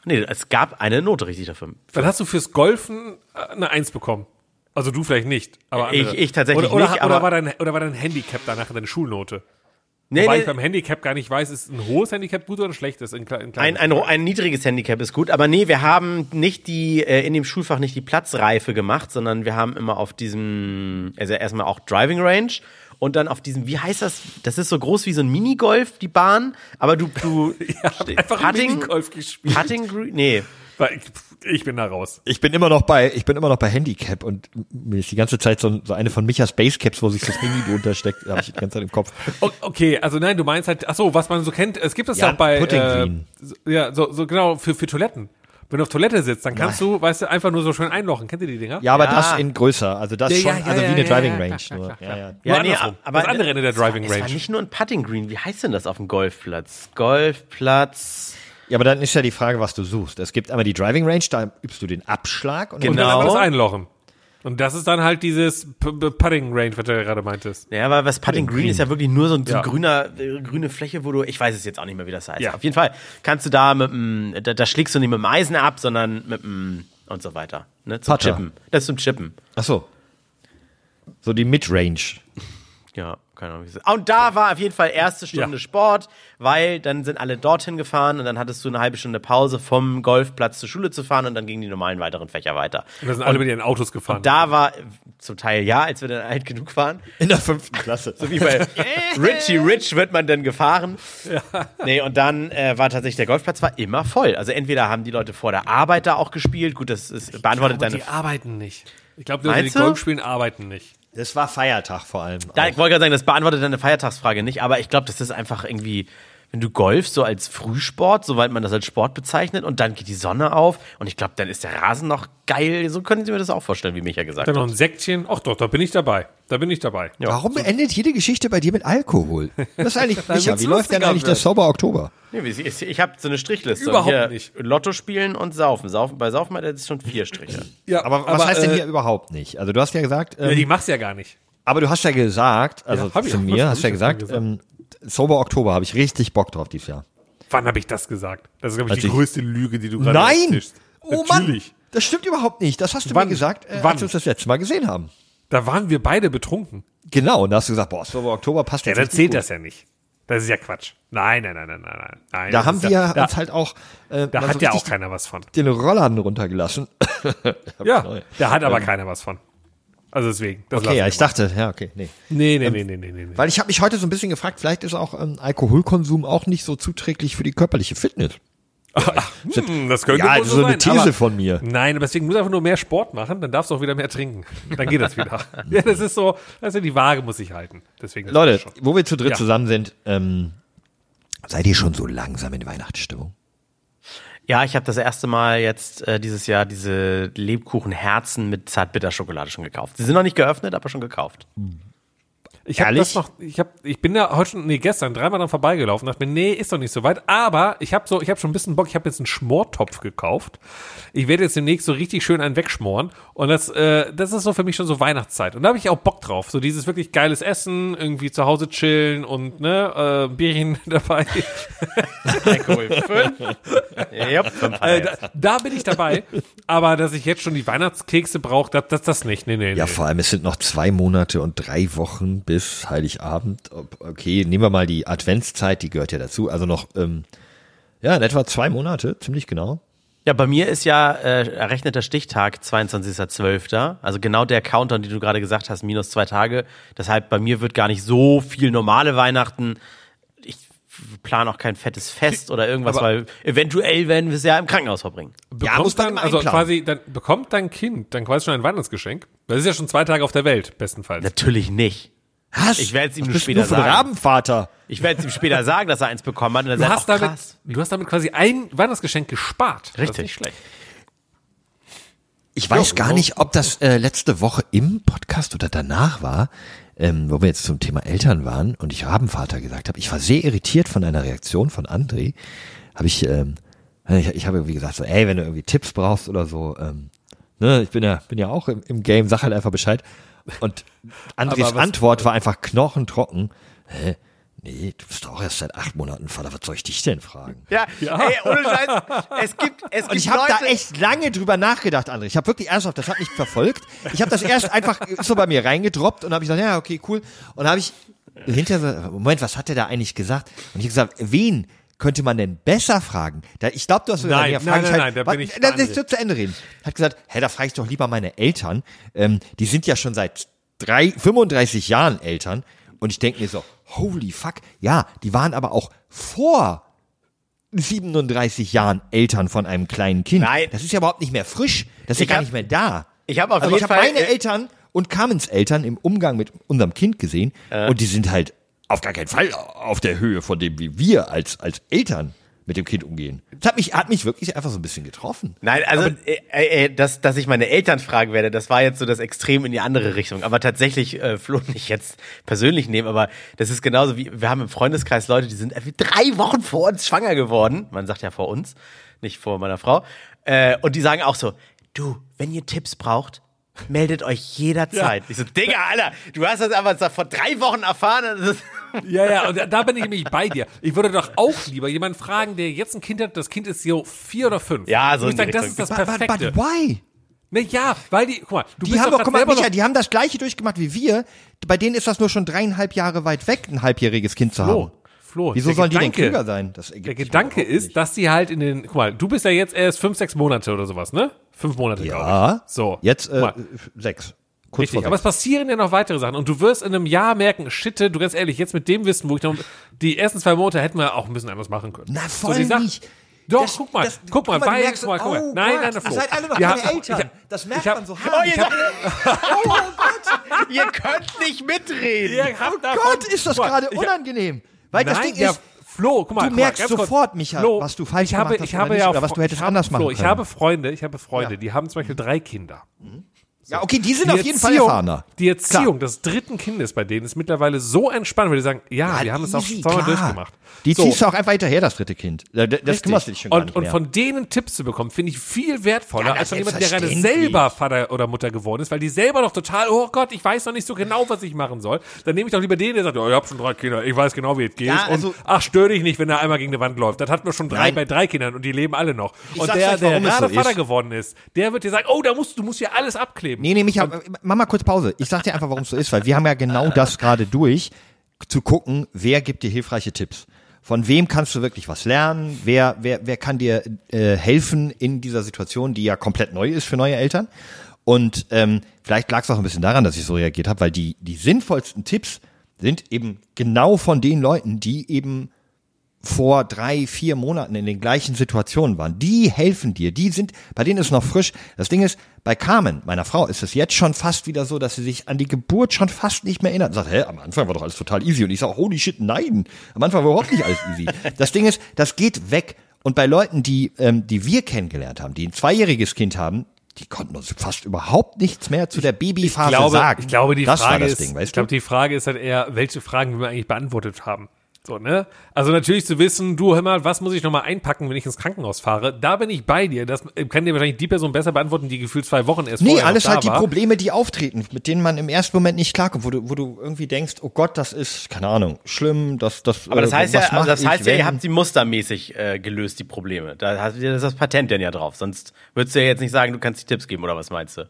Nee, es gab eine Note richtig dafür. Dann hast du fürs Golfen äh, eine Eins bekommen. Also du vielleicht nicht, aber Ich- andere. ich tatsächlich oder, oder, nicht, Oder aber- war, dein, oder war dein Handicap danach deine Schulnote? Nee, Weil nee, ich beim Handicap gar nicht weiß, ist ein hohes Handicap gut oder schlecht ist. In, kle- in ein, kleinen- ein, ein niedriges Handicap ist gut, aber nee, wir haben nicht die, äh, in dem Schulfach nicht die Platzreife gemacht, sondern wir haben immer auf diesem, also erstmal auch Driving Range und dann auf diesem, wie heißt das? Das ist so groß wie so ein Minigolf, die Bahn, aber du, du, einfach Putting, Putting, Minigolf gespielt. Putting, Green- nee. Weil ich, pff, ich bin da raus. Ich bin immer noch bei, ich bin immer noch bei Handicap und mir ist die ganze Zeit so, so eine von Michas Basecaps, wo sich das Handy drunter steckt, habe ich die ganze Zeit im Kopf. O- Okay, also nein, du meinst halt, ach so, was man so kennt, es gibt das ja, Ja, auch bei, Putting äh, Green. so, ja, so, so genau, für, für Toiletten. Wenn du auf Toilette sitzt, dann kannst du, weißt du, einfach nur so schön einlochen. Kennt ihr die Dinger? Ja, aber Ja. das in größer, also das Ja, ja, schon, ja, also wie ja, eine ja, Driving ja, Range. klar, nur. klar, Ja, ja. Nur andersrum. das andere Ende der äh, es war- Driving Es war Range. nicht nur ein Putting Green. Wie heißt denn das auf dem Golfplatz? Golfplatz. ja, aber dann ist ja die Frage, was du suchst. Es gibt einmal die Driving Range, da übst du den Abschlag und Und dann Genau. aber das Einlochen. Und das ist dann halt dieses P P Putting Range, was du ja gerade meintest. Ja, aber was Putting Green ist ja wirklich nur so ein, so ein Ja. grüner, äh, grüne Fläche, wo du, ich weiß es jetzt auch nicht mehr, wie das heißt. Ja. Auf jeden Fall kannst du da mit dem, da, da schlägst du nicht mit dem Eisen ab, sondern mit dem und so weiter. Ne? Zum Putter. Chippen. Das ist zum Chippen. Ach so. So die Midrange. Ja, keine Ahnung. wie es ist. Ah, Und da war auf jeden Fall erste Stunde Ja. Sport, weil dann sind alle dorthin gefahren und dann hattest du eine halbe Stunde Pause vom Golfplatz zur Schule zu fahren und dann gingen die normalen weiteren Fächer weiter. Und da sind alle mit ihren Autos gefahren. Da war äh, zum Teil ja, als wir dann alt genug waren, In der fünften Klasse. Wie bei Richie Rich wird man dann gefahren. Nee, und dann äh, war tatsächlich der Golfplatz war immer voll. Also entweder haben die Leute vor der Arbeit da auch gespielt. Gut, das ist, beantwortet aber deine. die arbeiten nicht. Ich glaube, die, die Meinst du? Golf spielen, arbeiten nicht. Das war Feiertag vor allem. Also, Da, ich wollte gerade sagen, das beantwortet deine Feiertagsfrage nicht, aber ich glaube, das ist einfach irgendwie, wenn du Golf so als Frühsport, soweit man das als Sport bezeichnet, und dann geht die Sonne auf und ich glaube, dann ist der Rasen noch geil. So können Sie mir das auch vorstellen, wie Micha gesagt Dann hat. noch ein Säckchen. Ach doch, da bin ich dabei. Da bin ich dabei. Warum endet jede Geschichte bei dir mit Alkohol? Das ist eigentlich, Micha, wird's wie läuft denn lustiger eigentlich der wird. Sober Oktober? Nee, wie- ich ich habe so eine Strichliste. Überhaupt Hier, nicht. Lotto spielen und saufen. saufen bei Saufen hat er jetzt schon vier Striche. Ja, Aber was heißt denn äh, hier überhaupt nicht? Also du hast ja gesagt, Ja, ähm, Äh, die mach's ja gar nicht. aber du hast ja gesagt, also Ja, hab ich zu auch. mir, Was hab hast ja ich denn gesagt, Ähm, Sober Oktober habe ich richtig Bock drauf dieses Jahr. Wann habe ich das gesagt? Das ist, glaube ich, die Als ich- größte Lüge, die du gerade Nein! auftischst. Oh Natürlich. Mann! Das stimmt überhaupt nicht. Das hast du Wann? mir gesagt, äh, Wann? als wir uns das letzte Mal gesehen haben. Da waren wir beide betrunken. Genau, und da hast du gesagt, boah, Sober Oktober passt Ja, jetzt dann richtig zählt gut. das ja nicht. Das ist ja Quatsch. Nein, nein, nein, nein, nein, nein. nein. Da das haben ist wir ja, da, uns halt auch äh, da mal hat so ja auch richtig keiner was von. den Rollladen runtergelassen. Ja, da hat aber keiner was von. Also deswegen. Das Ähm. Okay, ja, ich lassen dachte, ähm, ja, okay, nee. wir mal. Nee, nee, nee, nee, nee, nee, nee. Weil ich habe mich heute so ein bisschen gefragt, vielleicht ist auch ähm, Alkoholkonsum auch nicht so zuträglich für die körperliche Fitness. Hm, das könnte Ja, wohl so eine These aber- von mir. Nein, aber deswegen muss einfach nur mehr Sport machen, dann darfst du auch wieder mehr trinken. Dann geht das wieder. ja, das ist so, also die Waage muss ich halten. Deswegen das Leute, passt schon. wo wir zu dritt Ja. zusammen sind, ähm, seid ihr schon so langsam in Weihnachtsstimmung? Ja, ich habe das erste Mal jetzt äh, dieses Jahr diese Lebkuchenherzen mit Zartbitterschokolade schon gekauft. Sie sind noch nicht geöffnet, aber schon gekauft. Ich habe Ehrlich? das noch, ich hab, ich bin da heute schon, nee, gestern dreimal dran vorbeigelaufen, dachte mir, nee, ist doch nicht so weit, aber ich habe so, ich habe schon ein bisschen Bock, ich habe jetzt einen Schmortopf gekauft. Ich werde jetzt demnächst so richtig schön einen wegschmoren und das, äh, das ist so für mich schon so Weihnachtszeit und da habe ich auch Bock drauf, so dieses wirklich geiles Essen, irgendwie zu Hause chillen und, ne, äh, Bierchen dabei. Alkohol 5. yep, fünf hat er Äh, jetzt. da, da bin ich dabei, aber dass ich jetzt schon die Weihnachtskekse brauche, das, das, das nicht, nee, nee, Ja, nee. vor allem, es sind noch zwei Monate und drei Wochen bis Heiligabend. Ob- Okay, nehmen wir mal die Adventszeit, die gehört ja dazu. Also noch, ähm, ja, in etwa zwei Monate, ziemlich genau. Ja, bei mir ist ja äh, errechneter Stichtag 22.12. Also genau der Countdown, den du gerade gesagt hast, minus zwei Tage. Deshalb bei mir wird gar nicht so viel normale Weihnachten. Ich plane auch kein fettes Fest oder irgendwas, Aber- weil eventuell werden wir es ja im Krankenhaus verbringen. Ja, muss man dann, immer also einplanen. quasi, dann bekommt dein Kind dann quasi schon ein Weihnachtsgeschenk. Das ist ja schon zwei Tage auf der Welt, bestenfalls. Natürlich nicht. Was? Ich werd's ihm Was nur bist später du für ein sagen. Rabenvater. Ich werde es ihm später sagen, dass er eins bekommen hat. Und er Du sagt, hast, "Ach, damit, krass." du hast damit quasi ein Weihnachtsgeschenk gespart. Das ist Richtig. nicht schlecht. Ich weiß Jo, gar jo. nicht, ob das äh, letzte Woche im Podcast oder danach war, ähm, wo wir jetzt zum Thema Eltern waren und ich Rabenvater gesagt habe. Ich war sehr irritiert von einer Reaktion von André. Habe ich, ähm, ich, ich habe irgendwie gesagt, so, ey, wenn du irgendwie Tipps brauchst oder so, ähm, ne, ich bin ja, bin ja auch im, im Game, sag halt einfach Bescheid. Und Andres Aber was- Antwort war einfach knochentrocken. Hä? Nee, du bist doch erst seit acht Monaten Vater, was soll ich dich denn fragen? Ja, Ey, ohne Scheiß. Es gibt, es Und gibt ich habe da Leute, echt lange drüber nachgedacht, André. Ich habe wirklich ernsthaft, das hat mich verfolgt. Ich habe das erst einfach so bei mir reingedroppt und habe ich gesagt, ja, okay, cool. Und habe ich hinterher, so, Moment, was hat er da eigentlich gesagt? Und ich habe gesagt, wen könnte man denn besser fragen? Da, ich glaube, du hast so Nein, gesagt, ja, nein, frag ich nein, nein, da bin Warte, ich bei lass mich André. so zu Ende reden. Hat gesagt, hä, da frage ich doch lieber meine Eltern. Ähm, die sind ja schon seit drei, 35 Jahren Eltern. Und ich denke mir so, holy fuck, ja, die waren aber auch vor 37 Jahren Eltern von einem kleinen Kind. Nein. Das ist ja überhaupt nicht mehr frisch. Das ist ja Ich gar hab- nicht mehr da. ich habe auf also jeden ich hab Fall meine äh, Eltern und Carmens Eltern im Umgang mit unserem Kind gesehen Äh. und die sind halt auf gar keinen Fall auf der Höhe von dem, wie wir als, als Eltern mit dem Kind umgehen. Das hat mich, hat mich wirklich einfach so ein bisschen getroffen. Nein, also äh, äh, äh, dass, dass ich meine Eltern fragen werde, das war jetzt so das Extrem in die andere Richtung. Aber tatsächlich, äh, Flo nicht jetzt persönlich nehmen, aber das ist genauso wie, wir haben im Freundeskreis Leute, die sind irgendwie drei Wochen vor uns schwanger geworden. Man sagt ja vor uns, nicht vor meiner Frau. Äh, und die sagen auch so, du, wenn ihr Tipps braucht, meldet euch jederzeit. Ich so, Digga, Alter, du hast das aber vor drei Wochen erfahren. Das ist Ja, ja, und da- da bin ich nämlich bei dir. Ich würde doch auch lieber jemanden fragen, der jetzt ein Kind hat, das Kind ist so vier oder fünf. Ja, so Und in ich die sage, das ist Richtung. das But, but, Perfekte. but why? Na ja, weil die, guck mal, du Die bist haben doch grad doch, guck mal, selber Micha, noch- die haben das gleiche durchgemacht wie wir. Bei denen ist das nur schon dreieinhalb Jahre weit weg, ein halbjähriges Kind zu haben. Flo, Flo, Wieso Oh, der sollen die Gedanke- denn klüger sein? Das ergibt Der sich Gedanke überhaupt nicht. ist, dass die halt in den, guck mal, du bist ja jetzt erst fünf, sechs Monate oder sowas, ne? Fünf Monate, glaube Ja. ich. So. Jetzt Guck äh, mal. sechs. Kurz Richtig, vor aber es sechs. passieren ja noch weitere Sachen und du wirst in einem Jahr merken, shitte, du ganz ehrlich, jetzt mit dem Wissen, wo ich noch, die ersten zwei Monate hätten wir auch ein bisschen anders machen können. Na, So, voll die Sachen- nicht. Doch, Das- guck mal, das- guck mal, guck mal, du weil, merkst guck mal, so, guck mal. oh nein, Gott, nein, ihr Flo. seid alle noch Ja, keine Eltern. ich- Das merkt ich hab- man so hart. ihr Ich hab- oh Gott, Ihr könnt nicht mitreden. Ihr habt davon- Oh Gott, ist das Guck mal, gerade ich- unangenehm. Weil das Nein, Ding ja, ist, Flo, guck mal, du guck merkst mal, ganz kurz. sofort, Micha, Flo, was du falsch ich habe, gemacht hast ich oder habe nicht, ja, oder was du hättest ich habe, anders machen Flo, ich können. habe Freunde, ich habe Freunde, die haben zum Beispiel drei Kinder. ja, okay, die sind Die auf jeden Fall Erziehung- erfahrener. Die Klar. Erziehung des dritten Kindes bei denen ist mittlerweile so entspannt, weil die sagen, ja, wir haben es auch easy, zweimal klar. durchgemacht. Die so. ziehst du auch einfach hinterher, das dritte Kind. Da- da- Das kümmerst du dich schon gar und, nicht und mehr. von denen Tipps zu bekommen, finde ich viel wertvoller Ja, als von jemandem, der gerade selbstverständlich. selber Vater oder Mutter geworden ist, weil die selber noch total, oh Gott, ich weiß noch nicht so genau, was ich machen soll. Dann nehme ich doch lieber den, der sagt, oh, ich habe schon drei Kinder, ich weiß genau, wie es geht. Ja, also- und ach, störe dich nicht, wenn er einmal gegen die Wand läuft. Das hatten wir schon drei Nein. bei drei Kindern und die leben alle noch. Und sag's der, euch, der warum es gerade so Vater ist. geworden ist, der wird dir sagen, oh, da musst du musst ja alles abkleben. Nee, nee, Micha, mach mal kurz Pause. Ich sag dir einfach, warum es so ist, weil wir haben ja genau das gerade durch, zu gucken, wer gibt dir hilfreiche Tipps. Von wem kannst du wirklich was lernen? Wer, wer, wer kann dir äh, helfen in dieser Situation, die ja komplett neu ist für neue Eltern? Und ähm, vielleicht lag es auch ein bisschen daran, dass ich so reagiert habe, weil die, die sinnvollsten Tipps sind eben genau von den Leuten, die eben vor drei, vier Monaten in den gleichen Situationen waren. Die helfen dir. Die sind, bei denen ist noch frisch. Das Ding ist, bei Carmen, meiner Frau, ist es jetzt schon fast wieder so, dass sie sich an die Geburt schon fast nicht mehr erinnert. Und sagt, hä, am Anfang war doch alles total easy. Und ich sage, holy shit, nein. Am Anfang war überhaupt nicht alles easy. Das Ding ist, das geht weg. Und bei Leuten, die, ähm, die wir kennengelernt haben, die ein zweijähriges Kind haben, die konnten uns fast überhaupt nichts mehr zu der Babyphase ich glaube, sagen. Ich glaube, die das Frage war das ist, Ding, weißt ich glaube, die Frage ist halt eher, welche Fragen wir eigentlich beantwortet haben. So, ne? Also natürlich zu wissen, du, hör mal, was muss ich nochmal einpacken, wenn ich ins Krankenhaus fahre? Da bin ich bei dir. Das äh, kann dir wahrscheinlich die Person besser beantworten, die gefühlt zwei Wochen erst Nee, vorher alles noch da halt die war. Probleme, die auftreten, mit denen man im ersten Moment nicht klarkommt, wo du, wo du irgendwie denkst, oh Gott, das ist, keine Ahnung, schlimm, das, das, äh, Aber das heißt ja, also das heißt ja, ihr habt sie sie mustermäßig äh, gelöst, die Probleme. Da hast da ist das Patent denn ja drauf. Sonst würdest du ja jetzt nicht sagen, du kannst die Tipps geben, oder was meinst du?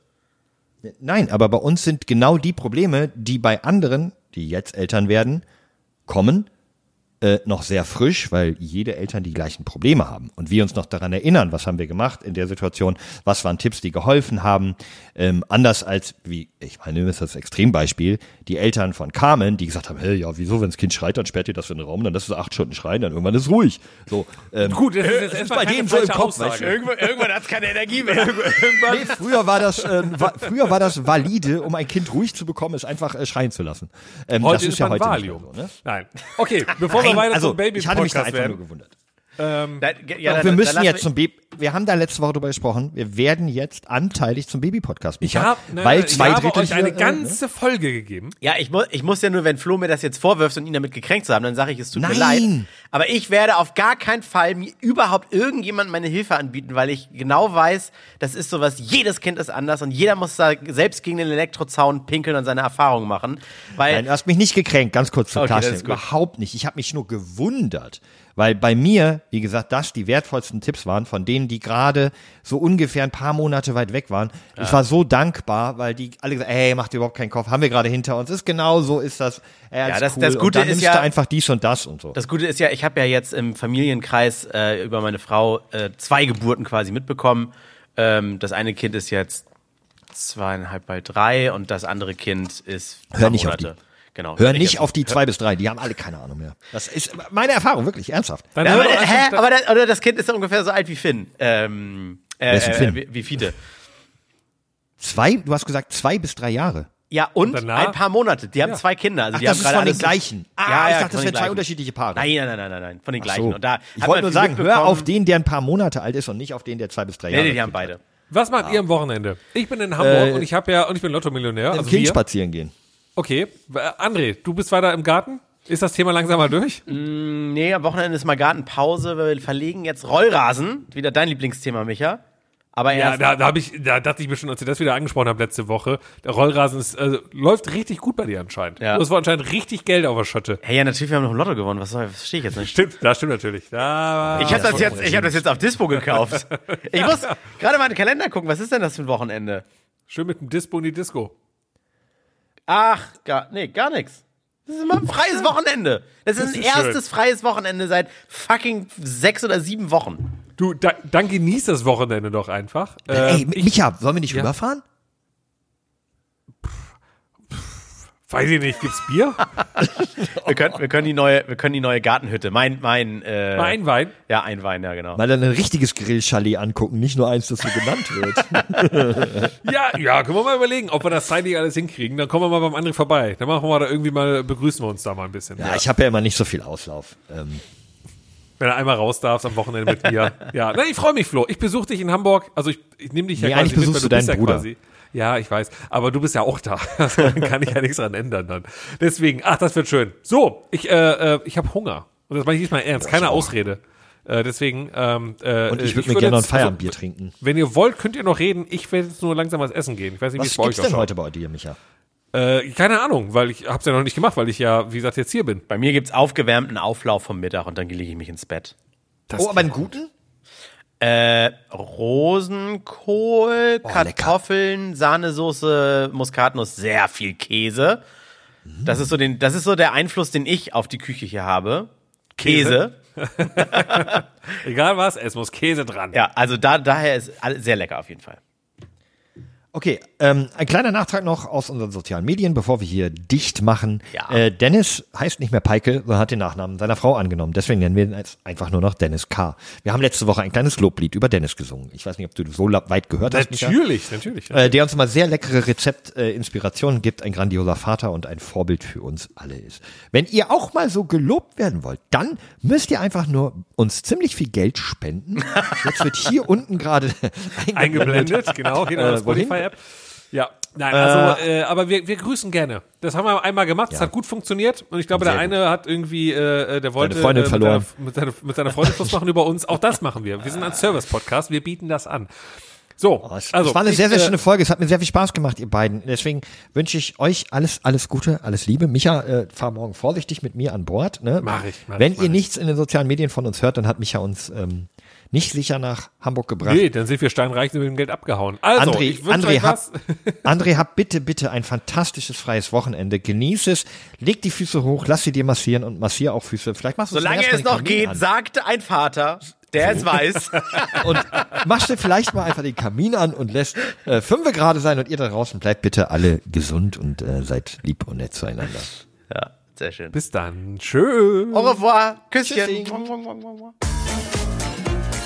Nein, aber bei uns sind genau die Probleme, die bei anderen, die jetzt Eltern werden, kommen, äh, noch sehr frisch, weil jede Eltern die gleichen Probleme haben. Und wir uns noch daran erinnern, was haben wir gemacht in der Situation, was waren Tipps, die geholfen haben. Ähm, anders als, wie, ich meine, nehmen wir das Extrembeispiel, die Eltern von Carmen, die gesagt haben, hey, ja, wieso, wenn das Kind schreit, dann sperrt ihr das in den Raum, dann lässt es acht Stunden schreien, dann irgendwann ist ruhig. So, ähm, Gut, das ist jetzt ist erstmal bei keine denen so im falsche Kopf, Aussage. weißt du. Irgendwann, irgendwann hat es keine Energie mehr. Nee, früher war das, ähm, wa früher war das valide, um ein Kind ruhig zu bekommen, es einfach äh, schreien zu lassen. Ähm, Heute das ist, ist ja man heute Valium. nicht mehr so, ne? Nein. Okay, bevor wir Nein, weiter also, zum Baby ich hatte mich da Podcast einfach nur werden. gewundert. ja, Doch, wir müssen jetzt zum Baby. Wir haben da letzte Woche drüber gesprochen. Wir werden jetzt anteilig zum Baby-Podcast. Ich, hab, nein, ne? weil nein, zwei ich habe Drittel euch eine hier, äh, ganze Folge gegeben. Ja, ich, mu ich muss ja nur, wenn Flo mir das jetzt vorwirft und ihn damit gekränkt zu haben, dann sage ich, es tut mir leid. Nein. Aber ich werde auf gar keinen Fall mir überhaupt irgendjemand meine Hilfe anbieten, weil ich genau weiß, das ist sowas, jedes Kind ist anders und jeder muss da selbst gegen den Elektrozaun pinkeln und seine Erfahrungen machen. Weil Nein, du hast mich nicht gekränkt, ganz kurz zur Äh, Okay, das Klarstellung. ist gut. Überhaupt nicht. Ich habe mich nur gewundert, weil bei mir, wie gesagt, das die wertvollsten Tipps waren, von denen, die gerade so ungefähr ein paar Monate weit weg waren. Ich war so dankbar, weil die alle gesagt hey, macht dir überhaupt keinen Kopf, haben wir gerade hinter uns. Ist genau so, ist das. Ja, das- cool. das und Gute ist dann nimmst ja- du einfach dies und das und so. Das Gute ist ja, ich habe ja jetzt im Familienkreis äh, über meine Frau äh, zwei Geburten quasi mitbekommen. Ähm, das eine Kind ist jetzt zweieinhalb bei drei und das andere Kind ist ein Hör paar nicht auf Monate. die. Genau. Hör nicht auf die zwei bis drei, die haben alle keine Ahnung mehr. Das ist meine Erfahrung, wirklich, ernsthaft. Dann Ja, haben aber, wir äh, euch- hä? aber das, oder das Kind ist ungefähr so alt wie Finn. Ähm, äh, Wer ist denn äh, Finn? Wie, wie Fiete. Zwei, du hast gesagt zwei bis drei Jahre. Ja, und danach? ein paar Monate. Die haben Ja. zwei Kinder. Also Ach, die haben das ist gerade von den alles so- gleichen. Ah, Ja, ich ja, dachte, von das den wären zwei gleichen. unterschiedliche Paare. Nein, nein, nein, nein, nein, nein. Von den Ach gleichen. so. Und da ich hat wollte man viel nur sagen, hör mitbekommen- auf den, der ein paar Monate alt ist und nicht auf den, der zwei bis drei Nee, Jahre nee, alt die haben ist. beide. Was macht ihr am Wochenende? Ich bin in Äh, Hamburg und ich habe ja und ich bin Lotto-Millionär. Mit dem Also Kind wir. spazieren gehen. Okay, Äh, André, du bist weiter im Garten. Ist das Thema langsam mal durch? Nee, am Wochenende ist mal Gartenpause. Wir verlegen jetzt Rollrasen. Wieder dein Lieblingsthema, Micha. Aber Ja, erst. da, da, hab ich, da dachte ich mir schon, als ihr das wieder angesprochen habt letzte Woche, der Rollrasen ist, also, läuft richtig gut bei dir anscheinend. Ja. Das war anscheinend richtig Geld auf der Schütte. hey, ja, natürlich, wir haben noch ein Lotto gewonnen. Was soll, verstehe ich jetzt nicht. Stimmt, das stimmt natürlich. Da, Ich habe das, jetzt, ich hab das jetzt auf Dispo gekauft. Ich muss gerade mal in den Kalender gucken. Was ist denn das für ein Wochenende? schön mit dem Dispo in die Disco. Ach, gar, nee, gar nichts. Das ist immer ein freies Wochenende. Das ist Das ein ist schön. erstes freies Wochenende seit fucking sechs oder sieben Wochen. Du, da, dann genieß das Wochenende doch einfach. Äh, Ey, Micha, sollen wir nicht rüberfahren? weiß ich nicht, gibt's Bier? Wir können, wir können, die, neue, wir können die neue Gartenhütte. Mein, mein, äh, Ein Wein. Ja, ein Wein, ja, genau. Mal dann ein richtiges Grillchalet angucken, nicht nur eins, das so genannt wird. Ja, ja, können wir mal überlegen, ob wir das zeitlich alles hinkriegen. Dann kommen wir mal beim André vorbei. Dann machen wir da irgendwie mal, begrüßen wir uns da mal ein bisschen. ja, ich habe ja immer nicht so viel Auslauf. Ähm, Wenn er einmal raus darfst am Wochenende mit mir. Ja, nein, ich freue mich, Flo. Ich besuche dich in Hamburg. Also ich, ich nehme dich ja Nee, quasi mit, eigentlich weil besuchst du du bist deinen ja Bruder. quasi. Ja, ich weiß. Aber du bist ja auch da. Also dann kann ich ja nichts dran ändern dann. Deswegen, ach, das wird schön. So, ich, äh, äh, ich habe Hunger. Und das meine ich diesmal ernst. Keine Ausrede. Äh, deswegen, ähm, äh, und ich äh, würde mir würd gerne noch ein jetzt- Feierabendbier also, trinken. Wenn ihr wollt, könnt ihr noch reden. Ich werde jetzt nur langsam was essen gehen. Ich weiß nicht, wie Was es bei euch gibt's denn ausschaut. heute bei dir, Micha? Äh, keine Ahnung, weil ich hab's ja noch nicht gemacht, weil ich ja, wie gesagt, jetzt hier bin. Bei mir gibt's aufgewärmten Auflauf vom Mittag und dann lege ich mich ins Bett. oh, aber einen guten? Rosenkohl, Oh, Kartoffeln, Sahnesoße, Muskatnuss, sehr viel Käse. Das ist so den, das ist so der Einfluss, den ich auf die Küche hier habe. Käse. Egal was, es muss Käse dran. Ja, also da, daher ist alles sehr lecker auf jeden Fall. Okay, ähm, ein kleiner Nachtrag noch aus unseren sozialen Medien, bevor wir hier dicht machen. Ja. Äh, Dennis heißt nicht mehr Peike, sondern hat den Nachnamen seiner Frau angenommen. Deswegen nennen wir ihn jetzt einfach nur noch Dennis K. Wir haben letzte Woche ein kleines Loblied über Dennis gesungen. Ich weiß nicht, ob du so la- weit gehört hast. Micha. Natürlich, natürlich. Äh, der uns immer sehr leckere Rezeptinspirationen gibt, ein grandioser Vater und ein Vorbild für uns alle ist. Wenn ihr auch mal so gelobt werden wollt, dann müsst ihr einfach nur uns ziemlich viel Geld spenden. Jetzt wird hier unten gerade eingeblendet, genau, geht in Äh, der wohin? Spotify-App. Ja, nein, also, äh, aber wir, wir grüßen gerne. Das haben wir einmal gemacht, es Ja. hat gut funktioniert und ich glaube, der Sehr eine hat irgendwie, äh, äh, der wollte Freundin äh, mit, verloren. seiner, mit, seiner, mit seiner Freundin Schluss machen über uns. Auch das machen wir. Wir sind ein Service-Podcast, wir bieten das an. So, Oh, es, also. es war eine ich, sehr, sehr äh, schöne Folge. Es hat mir sehr viel Spaß gemacht, ihr beiden. Deswegen wünsche ich euch alles, alles Gute, alles Liebe. Micha, äh, fahr morgen vorsichtig mit mir an Bord. Ne? Mach ich, mach Wenn ich, ihr mach ich. nichts in den sozialen Medien von uns hört, dann hat Micha uns ähm, nicht sicher nach Hamburg gebracht. Nee, dann sind wir steinreich und mit dem Geld abgehauen. Also, André, ich wünsche André, euch hab, was. André, hab bitte, bitte ein fantastisches freies Wochenende. Genieß es, leg die Füße hoch, lass sie dir massieren und massier auch Füße. Vielleicht machst du Solange zuerst mal es den noch Kamin geht, an. sagte ein Vater, der es weiß. und machst du vielleicht mal einfach den Kamin an und lässt äh, fünf gerade sein und ihr da draußen bleibt bitte alle gesund und äh, seid lieb und nett zueinander. ja, sehr schön. Bis dann. Tschüss. Au revoir. Küsschen. Tschüssi.